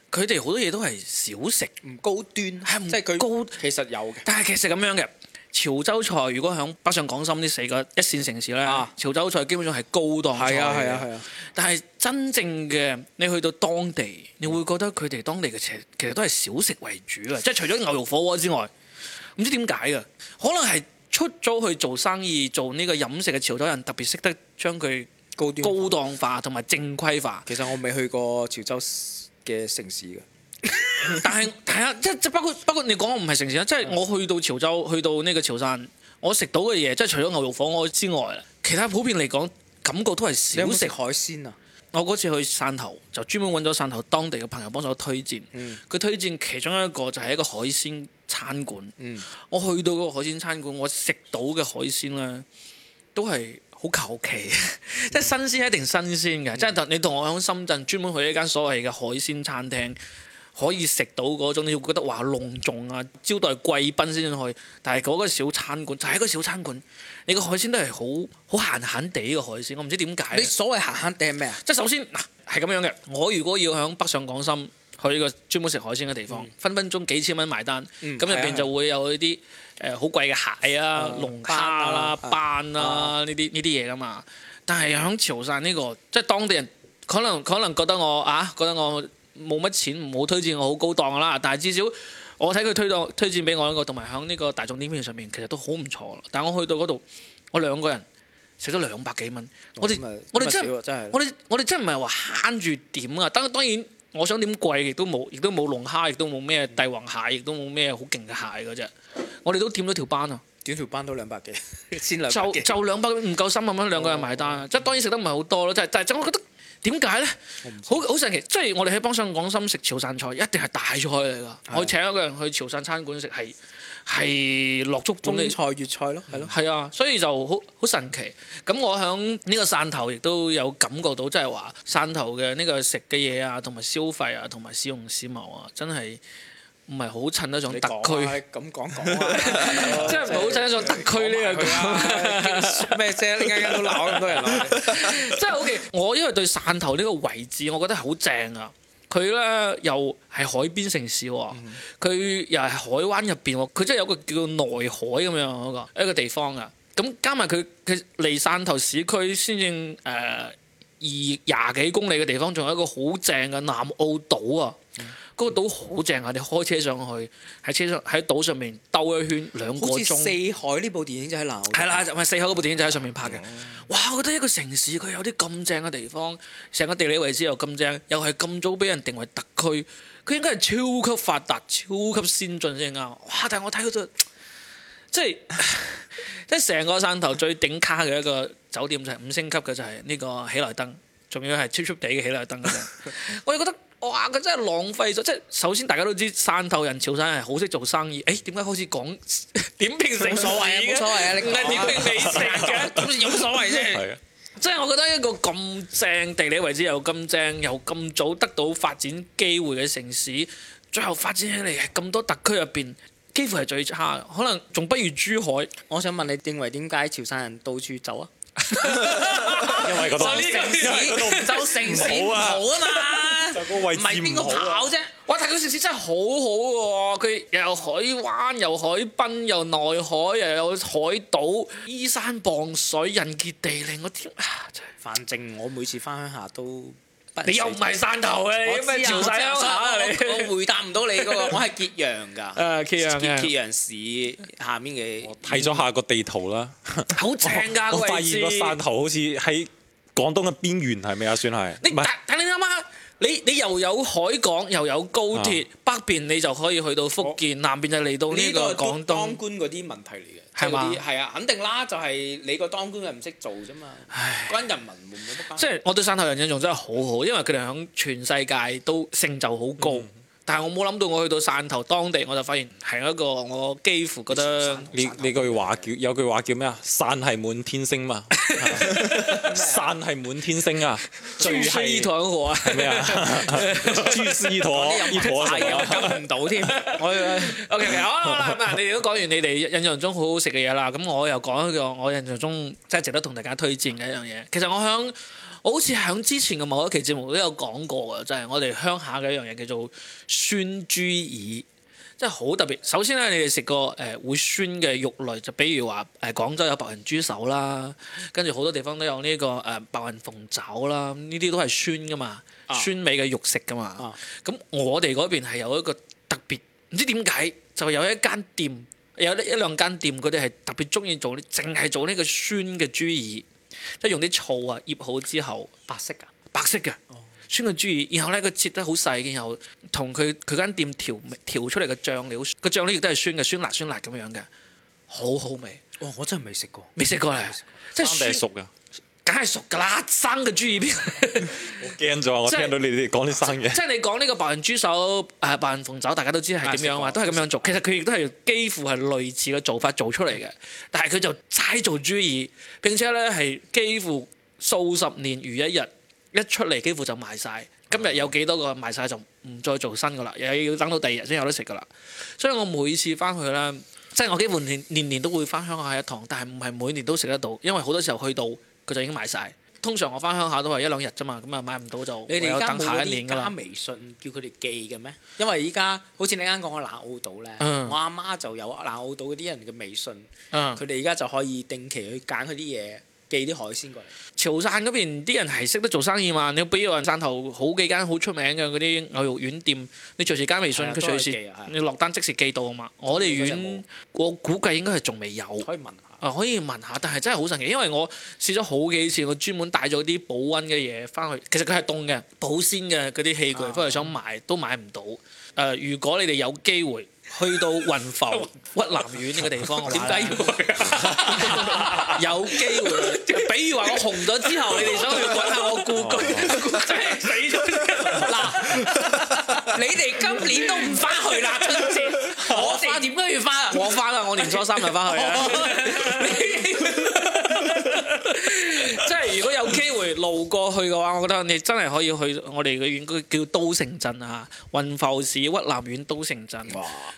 Speaker 1: 佢哋好多嘢都係少食。
Speaker 2: 唔高端，即
Speaker 1: 係唔
Speaker 2: 係佢
Speaker 1: 高
Speaker 2: 其實有嘅。
Speaker 1: 但係其實咁樣嘅潮州菜，如果響北上廣深呢四個一線城市咧，
Speaker 2: 啊
Speaker 1: 潮州菜基本上係高檔菜。
Speaker 2: 係啊，
Speaker 1: 但係真正嘅你去到當地，你會覺得佢哋當地嘅其實其實都係小食為主嘅，即係除咗牛肉火鍋之外，唔知點解嘅，可能係出咗去做生意做呢個飲食嘅潮州人特別識得將佢
Speaker 2: 高端
Speaker 1: 高檔化同埋正規化。
Speaker 2: 其實我未去過潮州嘅城市嘅，
Speaker 1: 但係係啊，即即包括包括你講我唔係城市啦，啊即係我去到潮州，去到呢個潮汕，我食到嘅嘢，即係除咗牛肉火鍋之外，其他普遍嚟講感覺都係
Speaker 2: 你
Speaker 1: 少
Speaker 2: 有冇
Speaker 1: 食
Speaker 2: 食。海鮮啊？
Speaker 1: 我嗰次去汕頭就專門揾咗汕頭當地嘅朋友幫手推薦，佢、推薦其中一個就係一個海鮮餐館。
Speaker 2: 嗯
Speaker 1: 我去到嗰個海鮮餐館，我食到嘅海鮮咧都係好求其， 即係新鮮一定新鮮嘅。即係同你同我喺深圳專門去一間所謂嘅海鮮餐廳。可以食到嗰種，你會覺得哇隆重啊，招待貴賓先至去。但係嗰個小餐館就係、一個小餐館，你個海鮮都係好好閒閒地嘅海鮮，我唔知點解咧。
Speaker 2: 你所謂閒閒地係咩啊？
Speaker 1: 即係首先嗱係咁樣嘅，我如果要喺北上廣深去呢個專門食海鮮嘅地方，分分鐘幾千蚊埋單，
Speaker 2: 嗯
Speaker 1: 咁入
Speaker 2: 係啊係
Speaker 1: 邊
Speaker 2: 啊哦
Speaker 1: 就會有呢啲誒好貴嘅蟹啊、龍蝦啦、
Speaker 2: 斑啊
Speaker 1: 斑啦呢啲呢啲嘢噶嘛。但係喺潮汕呢、個，即係當地人可能可能覺得我啊覺得我冇乜錢，冇推薦我好高檔㗎啦，但係至少。我睇佢推檔推薦俾我一個，同埋喺呢個大眾點評上面其實都好唔錯啦。但我去到嗰度，我兩個人食咗兩百幾蚊，我哋
Speaker 2: 咁啊
Speaker 1: 我哋
Speaker 2: 咁啊
Speaker 1: 真
Speaker 2: 少
Speaker 1: 係
Speaker 2: 啊真係
Speaker 1: 我哋我哋真唔係話慳住點啊！當當然，我想點貴亦都冇，亦都冇龍蝦，亦都冇咩帝王蟹，亦都冇咩好勁嘅蟹嗰隻。我哋都掂咗條斑啊！
Speaker 2: 短條斑都兩百幾， 先兩
Speaker 1: 就
Speaker 2: 百幾。哦
Speaker 1: 就兩百唔夠三百蚊兩個人埋單啊！即係當然食得唔係好多咯，即係但係就我覺得點解咧？好好神奇，即係我哋喺幫上廣深食潮汕菜，一定係大菜嚟㗎。我請一個人去潮汕餐館食係係落足本
Speaker 2: 中
Speaker 1: 嘅
Speaker 2: 菜粵菜咯，係咯。
Speaker 1: 係啊，所以就好好神奇。咁我響呢個汕頭亦都有感覺到，即係話汕頭嘅呢個食嘅嘢啊，同埋消費啊，同埋市容市貌啊，真係唔係好襯得上特區，
Speaker 2: 咁 講講啊，
Speaker 1: 真係唔係好襯得上特區呢
Speaker 2: à?
Speaker 1: 個
Speaker 2: 個咩啫？你間間都鬧咁多人 鬧，
Speaker 1: 真係好奇。我因為對汕頭呢個位置，我覺得好正啊！佢咧又係海邊城市喎，
Speaker 2: 嗯
Speaker 1: 佢又係海灣入邊喎，佢真係有個叫內海咁樣嗰個一個地方啊。咁加埋佢佢離汕頭市區先至誒二廿幾公里嘅地方，仲有一個好正嘅南澳島啊！
Speaker 2: 嗯
Speaker 1: 嗰個島好正啊！你開車上去，喺車上喺島上面兜一圈兩個
Speaker 2: 好似《四
Speaker 1: 鐘。
Speaker 2: 海》呢部電影就喺鬧。
Speaker 1: 係啦，就咪四口嗰部電影就喺上面拍嘅。哇！我覺得一個城市佢有啲咁正嘅地方，成個地理位置又咁正，又係咁早俾人定為特區，佢應該係超級發達、超級先進先啱。哇！但係我睇到就即係 即係成個汕頭最頂卡嘅一個酒店就係五星級嘅就係呢個喜來登，仲要係 cheap cheap 地嘅喜來登嗰陣。 我哋覺得哇，佢真係浪費咗。即係首先大家都知汕頭人、潮汕人係好識做生意。誒點解開始講 點評城
Speaker 2: 冇所謂啊
Speaker 1: 市嘅
Speaker 2: 冇所謂啊你講
Speaker 1: 唔
Speaker 2: 啊
Speaker 1: 係點評美食 嘅，咁有乜所謂啫？
Speaker 3: 係啊，
Speaker 1: 即係我覺得一個咁正地理位置又咁正又咁早得到發展機會嘅城市，最後發展起嚟係咁多特區入邊，幾乎係最差嘅，可能仲不如珠海。
Speaker 2: 我想問你，認為點解潮汕人到處走啊？
Speaker 3: 因為嗰度
Speaker 1: 就呢個
Speaker 2: 就城市唔
Speaker 3: 唔好啊
Speaker 2: 好啊嘛，
Speaker 3: 就個位
Speaker 2: 唔係
Speaker 3: 置
Speaker 2: 邊
Speaker 3: 唔
Speaker 2: 個
Speaker 3: 好啊。
Speaker 2: 跑啫？
Speaker 1: 哇！但係嗰城市真係好好喎，佢又有海灣，又海濱，又內海，又有海島，依山傍水，人傑地靈。我天啊！真係
Speaker 2: 反正我每次翻鄉下都不人
Speaker 1: 你又
Speaker 2: 水
Speaker 1: 唔係汕頭嘅，你
Speaker 2: 我
Speaker 1: 咁咪
Speaker 2: 知啊
Speaker 1: 潮汕鄉下啊
Speaker 2: 我
Speaker 1: 你
Speaker 2: 知啊我我我回答唔到你嗰個，我係揭陽 㗎，
Speaker 1: 誒揭陽
Speaker 2: 揭揭
Speaker 1: 嘅，
Speaker 2: 陽市下面嘅。
Speaker 3: 睇咗下個地圖啦，
Speaker 1: 嗯好正㗎
Speaker 3: 我
Speaker 1: 個
Speaker 3: 發
Speaker 1: 位
Speaker 3: 現
Speaker 1: 置。
Speaker 3: 個汕頭好似喺廣東嘅邊緣，係咪啊？算係
Speaker 1: 你
Speaker 3: 唔
Speaker 1: 但
Speaker 3: 係？
Speaker 1: 但你諗下，你你又有海港，又有高鐵，北邊你就可以去到福建，南邊就嚟到啊呢個
Speaker 2: 個
Speaker 1: 廣
Speaker 2: 當
Speaker 1: 東。
Speaker 2: 官嗰啲問題嚟嘅，
Speaker 1: 係嘛
Speaker 2: 即係嗰啲係啊，肯定啦，就係你個當官嘅唔識做啫嘛，關人民會唔會乜關？
Speaker 1: 即係我對汕頭人印象真係好好，因為佢哋響全世界都成就好高。
Speaker 3: 嗯
Speaker 1: 但係我冇諗到我去到汕頭當地，我就發現係一個我幾乎覺得
Speaker 3: 呢呢句話叫有句話叫咩啊？山係滿天星嘛， 山係滿天星啊，最
Speaker 1: 豬
Speaker 3: 係
Speaker 1: 西團河啊！
Speaker 3: 咩啊？豬絲一坨一坨
Speaker 2: 係
Speaker 3: 食
Speaker 2: 啊，
Speaker 3: 啊！
Speaker 2: 我跟唔到添。
Speaker 1: 我 OK OK 好啦好啦，咁啊，你哋都講完你哋印象中好好食嘅嘢啦，咁我又講一個我印象中真係值得同大家推薦嘅一樣嘢。其實我響我好似響之前嘅某一期節目都有講過嘅，就係、我哋鄉下嘅一樣嘢叫做酸豬耳。真係好特別。首先咧，你哋食過誒、呃、會酸嘅肉類，就比如話誒、呃、廣州有白雲豬手啦，跟住好多地方都有呢、個誒、呃白雲鳳爪啦，呢啲都係酸噶嘛，
Speaker 2: 啊
Speaker 1: 酸味嘅肉食噶嘛。咁、我哋嗰邊係有一個特別，唔知點解就有一間店，有一一兩間店佢哋係特別中意做呢，淨係做呢個酸嘅豬耳，即係用啲醋啊醃好之後。
Speaker 2: 白色㗎，
Speaker 1: 白色嘅，酸嘅豬耳，然後咧佢切得好細，然後同佢佢間店調味調出嚟嘅醬料，個醬料亦都係酸嘅，酸辣酸辣咁樣嘅，好好味，
Speaker 2: 哇！我真係未食過。
Speaker 1: 未食過咧，即
Speaker 3: 啱定
Speaker 1: 係
Speaker 3: 係熟
Speaker 1: 酸，
Speaker 3: 㗎？
Speaker 1: 梗係熟㗎啦，生嘅豬耳邊。
Speaker 3: 我驚咗啊！我
Speaker 1: 即係
Speaker 3: 聽到你哋講啲生嘢
Speaker 1: 即。係你講呢個白雲豬手誒、呃白雲鳳爪，大家都知係點樣啊，都係咁樣做。其實佢亦都係幾乎係類似嘅做法做出嚟嘅，但係佢就齋做豬耳，並且咧係幾乎數十年如一日，一出嚟幾乎就賣晒。今日有幾多個賣晒就唔再做新噶啦，又要等到第二日先有得食噶啦。所以我每次翻去咧，即係我幾乎年年年都會翻鄉下一趟，但係唔係每年都食得到，因為好多時候去到佢就已經賣晒。通常我翻鄉下都係一兩日啫嘛，咁啊買唔到就
Speaker 2: 你
Speaker 1: 唯
Speaker 2: 哋
Speaker 1: 有
Speaker 2: 而家
Speaker 1: 等
Speaker 2: 冇
Speaker 1: 下
Speaker 2: 嗰
Speaker 1: 一年㗎
Speaker 2: 啲加
Speaker 1: 啦。
Speaker 2: 微信叫佢哋寄嘅咩？因為依家好似你啱講嘅南澳島咧，
Speaker 1: 嗯
Speaker 2: 我阿媽就有南澳島嗰啲人嘅微信，
Speaker 1: 嗯
Speaker 2: 佢哋而家就可以定期去揀佢啲嘢，寄啲海鮮過嚟。
Speaker 1: 潮汕嗰邊啲人係識得做生意嘛？你比如話汕頭好幾間好出名嘅嗰啲牛肉丸店，你隨時加微信，
Speaker 2: 係啊
Speaker 1: 佢隨
Speaker 2: 都係寄
Speaker 1: 時
Speaker 2: 啊係啊
Speaker 1: 你落單即時寄到啊嘛。我哋
Speaker 2: 嗰隻冇
Speaker 1: 院我估計應該係仲未有
Speaker 2: 可以問下。
Speaker 1: 啊，可以問下，但係真係好神奇，因為我試咗好幾次，我專門帶咗啲保温嘅嘢翻去，其實佢係凍嘅保鮮嘅嗰啲器
Speaker 2: 啊
Speaker 1: 具，翻去想買都買唔到。誒、如果你哋有機會去到雲 浮屈南苑呢個地方嘅話啊
Speaker 2: 點解啊
Speaker 1: 呢
Speaker 2: 要去
Speaker 1: 有
Speaker 2: 哦
Speaker 1: 機會，比如話我紅咗之後，你哋想去揾下我故居，
Speaker 2: 年都唔翻去 啦，春節我翻點解要翻啊？我翻啦，我年初三就翻去
Speaker 1: 啊
Speaker 2: 啦。
Speaker 1: 即係如果有機會路過去嘅話，我覺得你真係可以去我哋嘅縣區叫都城鎮啊，雲浮市屈南縣都城鎮。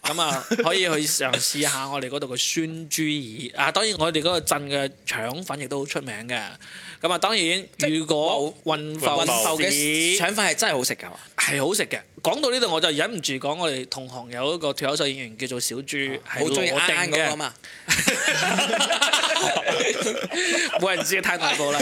Speaker 1: 咁啊，可以去嘗試下我哋嗰度嘅酸豬耳啊。當然我哋嗰個鎮嘅腸粉亦都好出名嘅。咁啊，當然如果雲
Speaker 2: 雲
Speaker 1: 浮
Speaker 2: 浮嘅
Speaker 1: 市
Speaker 2: 腸粉係真係好食㗎嘛？
Speaker 1: 係好食嘅，講到呢度我就忍唔住講我哋同行有一個脫口秀演員叫做小豬，係
Speaker 2: 好中意
Speaker 1: 我定
Speaker 2: 啱啱嗰個
Speaker 1: 嘅。
Speaker 2: 嘛？
Speaker 1: 冇人知太難過啦，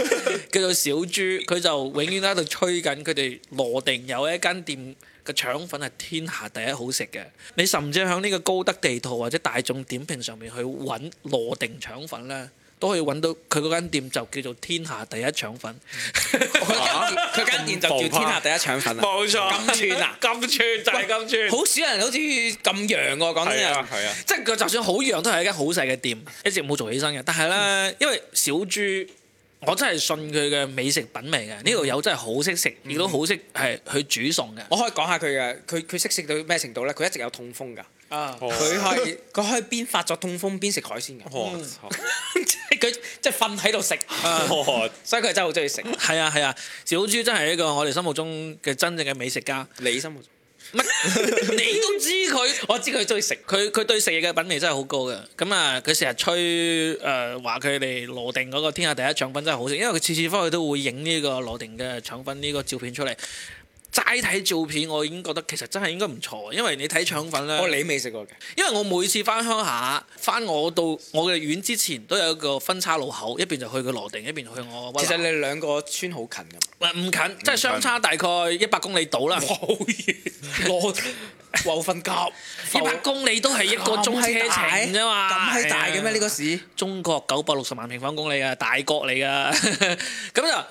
Speaker 1: 叫做小豬，佢就永遠喺度吹緊佢哋羅定有一間店嘅腸粉係天下第一好食嘅。你甚至喺呢個高德地圖或者大眾點評上面去揾羅定腸粉咧，都可以揾到佢嗰間店就叫做天下第一腸粉。
Speaker 2: 佢間店就叫天下第一腸粉 啊！
Speaker 1: 冇錯
Speaker 2: 金串啊！
Speaker 1: 金串就係金串。
Speaker 2: 好少人好似咁揚喎，講真
Speaker 3: 係
Speaker 2: 又
Speaker 3: 啊。係啊，
Speaker 1: 即係佢就算好樣都係一間好細嘅店，一直冇做起身嘅。但係咧，因為小豬，我真係信佢嘅美食品味嘅。呢條友真係好識食，亦都好識係去煮餸嘅。
Speaker 2: 我可以講下佢嘅，佢佢識食到咩程度咧？佢一直有痛風㗎，
Speaker 1: 啊，
Speaker 3: 哦
Speaker 2: 佢 係佢可以邊發作痛風邊食海鮮㗎，嗯
Speaker 3: 我操，
Speaker 2: 即係佢即係瞓喺度食，
Speaker 3: 我
Speaker 2: 所以佢真係好中意食。
Speaker 1: 係啊係啊，小豬真係一個我哋心目中嘅真正嘅美食家。
Speaker 2: 你心目中，
Speaker 1: 乜 你都知佢，我知佢中意食，佢佢對食嘢嘅品味真係好高嘅。咁啊，佢成日吹誒話佢哋羅定嗰個天下第一腸粉真係好食，因為佢次次翻去都會影呢個羅定嘅腸粉呢個照片出嚟。齋睇照片，我已經覺得其實真係應該唔錯，因為你睇腸粉咧，
Speaker 2: 我哦你未食過嘅，
Speaker 1: 因為我每次翻鄉下，翻我到我嘅縣之前都有一個分叉路口，一邊就去個羅定，一邊去我
Speaker 2: 其
Speaker 1: 屈
Speaker 2: 實
Speaker 1: 南。
Speaker 2: 你哋兩個村好近㗎，
Speaker 1: 喂唔近，即係相差大概一百公里到啦。
Speaker 2: 好遠， 攞我瞓覺，
Speaker 1: 一百公里都係一個鐘車程啫嘛，啊
Speaker 2: 咁閪大嘅咩？呢個市？
Speaker 1: 中國九百六十萬平方公里啊，大國嚟噶。 咁就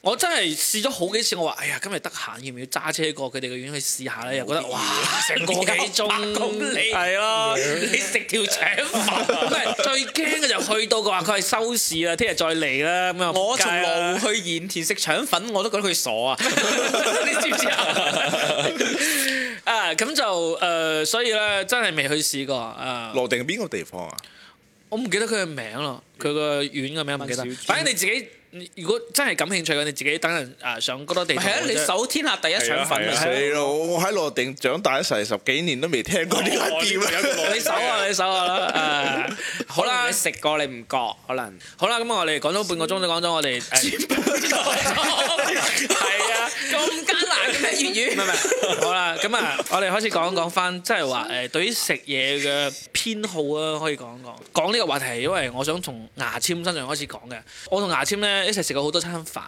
Speaker 1: 我真係試咗好幾次，我話：哎呀，今日得閒，要唔要揸車過佢哋嘅院去試下咧？又覺得哇，成個幾鐘
Speaker 2: 公里
Speaker 1: 係咯。
Speaker 2: 你食條腸
Speaker 1: 唔係啊最驚嘅就去到嘅話，佢係收市啦，聽日再嚟啦咁啊！
Speaker 2: 我從羅
Speaker 1: 冇
Speaker 2: 湖去鹽田食腸粉，我都覺得佢傻啊！ 你知唔知啊？
Speaker 1: 啊，咁就誒、呃所以咧真係未去試過啊。
Speaker 4: 羅定係邊個地方啊？
Speaker 1: 我唔記得佢嘅名咯，佢個縣嘅名唔記得
Speaker 2: 小。豬
Speaker 1: 反正你自己，如果真係感興趣嘅，你自己等人啊上嗰多地圖。
Speaker 2: 係啊，你
Speaker 1: 或者
Speaker 2: 搜天下第一腸粉
Speaker 3: 係啊
Speaker 4: 死
Speaker 2: 啊！
Speaker 4: 咯！我喺羅定長大咗成十幾年都未聽過呢間店啊！
Speaker 1: 你搜 下，你搜下啦。啊， 好
Speaker 2: 好啦，
Speaker 1: 啦
Speaker 2: 你，食過你唔覺可能。
Speaker 1: 好啦，咁我哋講咗半個鐘，就講咗我哋。誒 係啊，
Speaker 2: 咁艱難嘅咩粵
Speaker 1: 唔係唔係，嗯好啦，咁啊，我哋開始講講翻，即係話誒，對於食嘢嘅偏好啊，可以講講講呢個話題，因為我想從牙籤身上開始講嘅。我同牙籤咧一齊食過好多餐飯，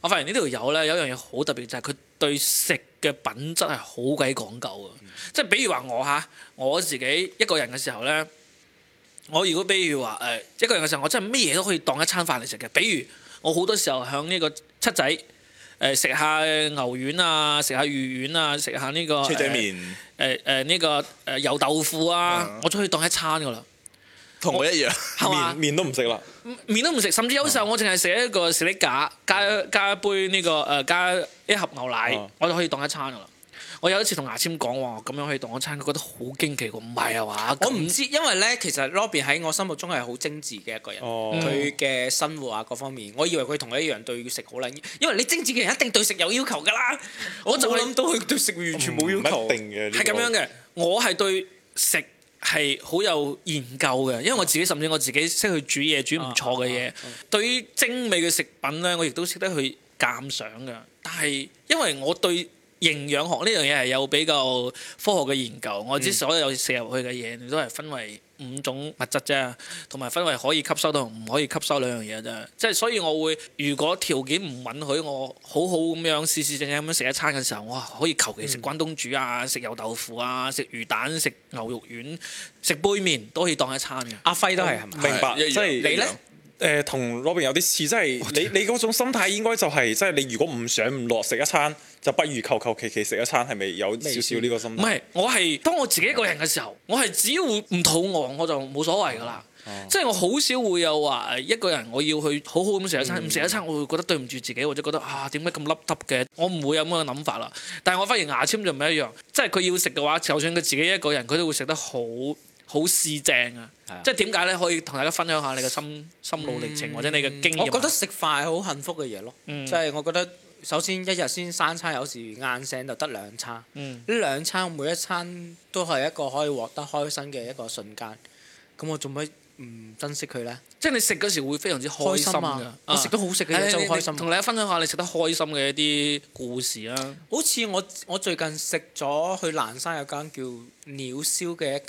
Speaker 1: 我發現呢條友咧有一樣嘢好特別，就係、佢對食嘅品質係好鬼講究啊！即係比如話我嚇我自己一個人嘅時候咧，我如果比如話誒、一個人嘅時候，我真係乜嘢都可以當一餐飯嚟食嘅。比如我好多時候響呢個七仔。誒食下牛丸啊，食下魚丸啊，食下呢、個
Speaker 4: 車仔麵
Speaker 1: 誒誒呢個誒油豆腐啊
Speaker 4: 嗯，
Speaker 1: 我就可以當一餐噶啦，
Speaker 4: 同我一樣，
Speaker 1: 係嘛？
Speaker 3: 面都唔食啦，
Speaker 1: 面都唔食，甚至有時候我淨係食一個士力架，加加一杯呢、個誒、呃加一盒牛奶，
Speaker 3: 啊
Speaker 1: 我就可以當一餐噶啦。我有一次同牙籤講話，咁樣可以當一餐，佢覺得好驚奇喎，唔係啊嘛？
Speaker 2: 我唔
Speaker 1: 咁
Speaker 2: 知，因為咧，其實 Robbie 喺我心目中係好精緻嘅一個人，
Speaker 3: 哦
Speaker 2: 佢嘅生活啊各方面，我以為佢同我一樣對食好撚，因為你精緻嘅人一定對食有要求㗎啦。我就
Speaker 1: 冇
Speaker 2: 諗到佢對食完全
Speaker 1: 嗯
Speaker 2: 冇要求
Speaker 3: 唔一。定嘅，
Speaker 1: 係咁樣。嘅，我係對食係好有研究嘅，因為我自己甚至我自己識去煮嘢，煮唔錯嘅嘢。對於精美嘅食品咧，我亦都識得去鑑賞嘅。但係因為我對營養學呢樣嘢係有比較科學嘅研究，我知所有食入去嘅嘢，你都係分為五種物質啫，同埋分為可以吸收同唔可以吸收兩樣嘢啫。即係所以，我會如果條件唔允許我好好咁樣試試正正咁樣食一餐嘅時候，我可以求其食關東煮啊，食油豆腐啊，食魚蛋、食牛肉丸、食杯麵都可以當一餐嘅。
Speaker 2: 阿輝都係係嘛？
Speaker 3: 明白，
Speaker 4: 係一樣
Speaker 3: 即係
Speaker 2: 你呢？
Speaker 3: 誒同 Robin 有啲似，即係你你嗰種心態應該就係、即係你如果唔想唔落食一餐，就不如求求其其食一餐，係咪有少少呢個心
Speaker 1: 唔
Speaker 3: 態？
Speaker 1: 係，我係當我自己一個人嘅時候，我係只要唔肚餓我就冇所謂噶啦。
Speaker 2: 哦
Speaker 1: 即係我好少會有話誒一個人我要去好好咁食一
Speaker 2: 嗯
Speaker 1: 餐，唔食一餐我會覺得對唔住自己，或者覺得啊點解咁凹凸嘅，我唔會有咁嘅諗法啦。但係我發現牙籤就唔係一樣，即係佢要食嘅話，就算佢自己一個人，佢都會食得好好四正啊
Speaker 6: 係啊！
Speaker 1: 即係點解咧？可以同大家分享下你嘅心心路歷程，或者你嘅經驗啊。
Speaker 2: 嗯我覺得食飯係好幸福嘅嘢咯，
Speaker 1: 嗯
Speaker 2: 即係我覺得首先一日先三餐，有時晏醒就得兩餐，呢、
Speaker 1: 嗯
Speaker 2: 兩餐每一餐都係一個可以獲得開心嘅一個瞬間。咁我做乜唔珍惜佢呢？
Speaker 1: 即係你食嗰時會非常之開心
Speaker 2: 開
Speaker 1: 㗎
Speaker 2: 心啊。我食得好食嘅嘢
Speaker 1: 誒
Speaker 2: 真係好
Speaker 1: 你
Speaker 2: 開心啊
Speaker 1: 你同大家分享下你食得開心嘅一啲故事啊。
Speaker 2: 好似我我最近食咗去南山有間叫鳥燒嘅一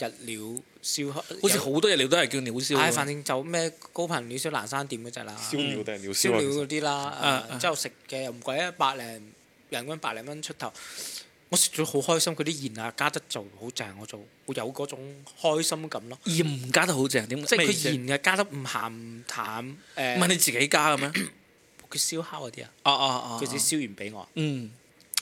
Speaker 2: 間日料燒烤，
Speaker 1: 好似好多嘢你都係啊叫鳥燒
Speaker 2: 唉，
Speaker 1: 㗎。
Speaker 2: 反正就咩高頻鳥燒南山店嗰只啦。
Speaker 3: 燒鳥定係鳥
Speaker 2: 燒
Speaker 3: 燒啊其
Speaker 2: 料嗰
Speaker 3: 實？
Speaker 2: 啲啦
Speaker 1: 啊，
Speaker 2: 誒之後食嘅又唔貴啊，百零人均百零蚊出頭。我食咗好開心，佢啲鹽啊加得就好正，我就會有嗰種開心感咯。
Speaker 1: 鹽加得好正，點
Speaker 2: 即係
Speaker 1: 咩意
Speaker 2: 佢
Speaker 1: 思
Speaker 2: 鹽啊加得唔鹹唔淡，
Speaker 1: 唔係
Speaker 2: 誒
Speaker 1: 你自己加嘅咩？
Speaker 2: 佢燒烤嗰啲啊，
Speaker 1: 哦哦哦
Speaker 2: 佢自己燒完俾我，
Speaker 1: 嗯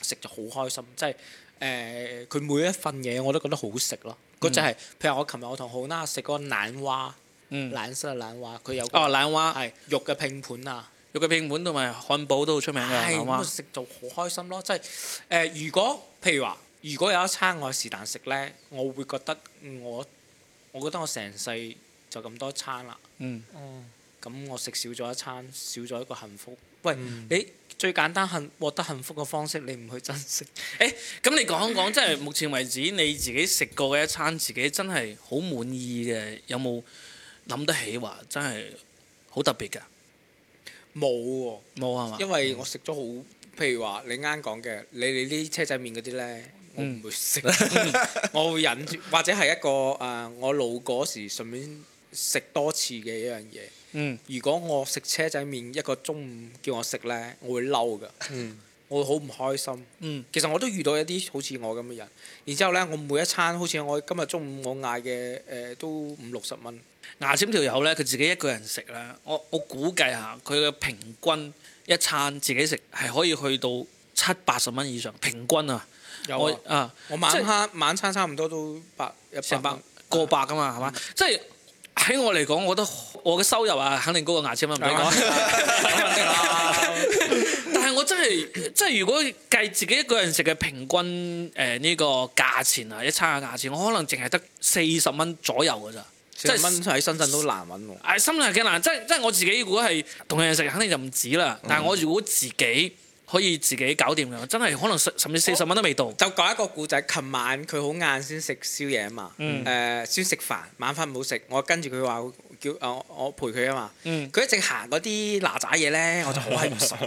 Speaker 2: 食就好開心，即係誒佢每一份嘢我都覺得好食咯。嗰只係譬如我琴日我同浩娜食嗰個懶蛙，
Speaker 1: 嗯，
Speaker 2: 懶式嘅懶蛙，佢有個
Speaker 1: 哦冷蛙，
Speaker 2: 係肉嘅拼盤啊。
Speaker 1: 肉嘅拼盤同埋漢堡都好出名嘅
Speaker 2: 係
Speaker 1: 冷
Speaker 2: 咁啊
Speaker 1: 嗯蛙。
Speaker 2: 食就好開心咯，即係誒、呃如果譬如話，如果有一餐我係是但食呢，我會覺得嗯我我覺得我成世就咁多餐啦，
Speaker 1: 嗯，
Speaker 2: 咁我食少咗一餐，少咗一個幸福。喂，
Speaker 1: 嗯
Speaker 2: 你最簡單幸獲得幸福嘅方式，你唔去珍惜，
Speaker 1: 誒，咁你講一講，即係目前為止你自己食過嘅一餐，自己真係好滿意嘅，有冇諗得起話真係好特別㗎？
Speaker 2: 冇喎、
Speaker 1: 冇啊係嘛？
Speaker 2: 因為我食咗好，譬如話你啱講嘅，你你啲車仔麵嗰啲呢，我
Speaker 1: 嗯
Speaker 2: 唔會食， 我會忍住，或者係一個誒、呃我老嗰時順便食多次嘅一樣嘢。
Speaker 1: 嗯
Speaker 2: 如果我食車仔麵一個中午叫我食呢，我會嬲噶， 我會好唔開心。
Speaker 1: 嗯
Speaker 2: 其實我都遇到一啲好似我咁嘅人，然之後呢，我每一餐好似我今日中午我嗌嘅誒都五六十蚊，
Speaker 1: 牙籤條友咧，佢自己一個人食咧，我我估計下佢嘅平均一餐自己食係可以去到七八十蚊以上，平均啊，
Speaker 2: 有
Speaker 1: 我
Speaker 2: 啊
Speaker 1: 啊，
Speaker 2: 我
Speaker 1: 即係
Speaker 2: 晚餐晚餐差唔多都百一
Speaker 1: 成百
Speaker 2: 蚊嗯
Speaker 1: 過百噶嘛，係嘛？即係喺我嚟講，我覺得我嘅收入啊，肯定高過牙籤啦，唔使
Speaker 2: 啊
Speaker 1: 講。但係我真係，即係如果計自己一個人食嘅平均誒呢個價錢啊，一餐嘅價錢，我可能淨係得四十蚊左右㗎咋。
Speaker 2: 即係蚊喺深圳都難揾喎。
Speaker 1: 誒心裏係幾難，即係即係我自己如果係同人食，肯定就唔止啦。但係我如果自己可以自己搞掂嘅，真係可能甚甚至四十蚊都未到。
Speaker 2: 就講一個故仔，琴晚佢好晏先食宵夜啊嘛，誒、先食飯，晚飯冇食，我跟住佢話叫誒我我陪佢啊嘛，佢、
Speaker 1: 嗯
Speaker 2: 一直行嗰啲嗱喳嘢 咧，我就好閪唔爽，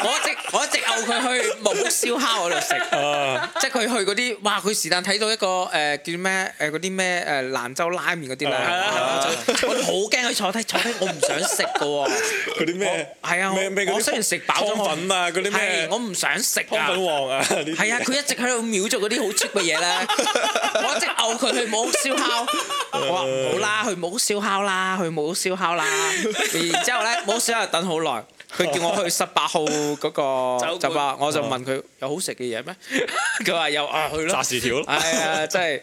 Speaker 2: 我一直我一直摳佢去木屋燒烤嗰度 食，即係佢去嗰啲，哇！佢是但睇到一個誒、叫咩誒嗰啲咩誒蘭州拉麵嗰啲啦，我就我好驚佢坐低坐低，我唔想食嘅喎，
Speaker 3: 嗰啲咩？
Speaker 2: 係啊，
Speaker 3: 咩咩嗰
Speaker 2: 我
Speaker 3: 啲
Speaker 2: 我雖然食飽咗
Speaker 3: 湯粉啊嗰啲咩
Speaker 2: 係我唔想食啊，
Speaker 3: 湯粉王啊！
Speaker 2: 係啊，佢一直喺度秒做嗰啲好 cheap 嘅嘢 咧，我一直摳佢去冇燒烤，我話唔好啦，去冇燒烤啦，去冇燒烤啦。然之後咧，冇燒烤等好耐，佢叫我去十八號嗰個
Speaker 1: 酒館
Speaker 2: 酒吧，我就
Speaker 3: 啊
Speaker 2: 問佢有好食嘅嘢咩？ 佢話有啊，去咯
Speaker 3: 炸。薯條咯。
Speaker 2: 係啊，真係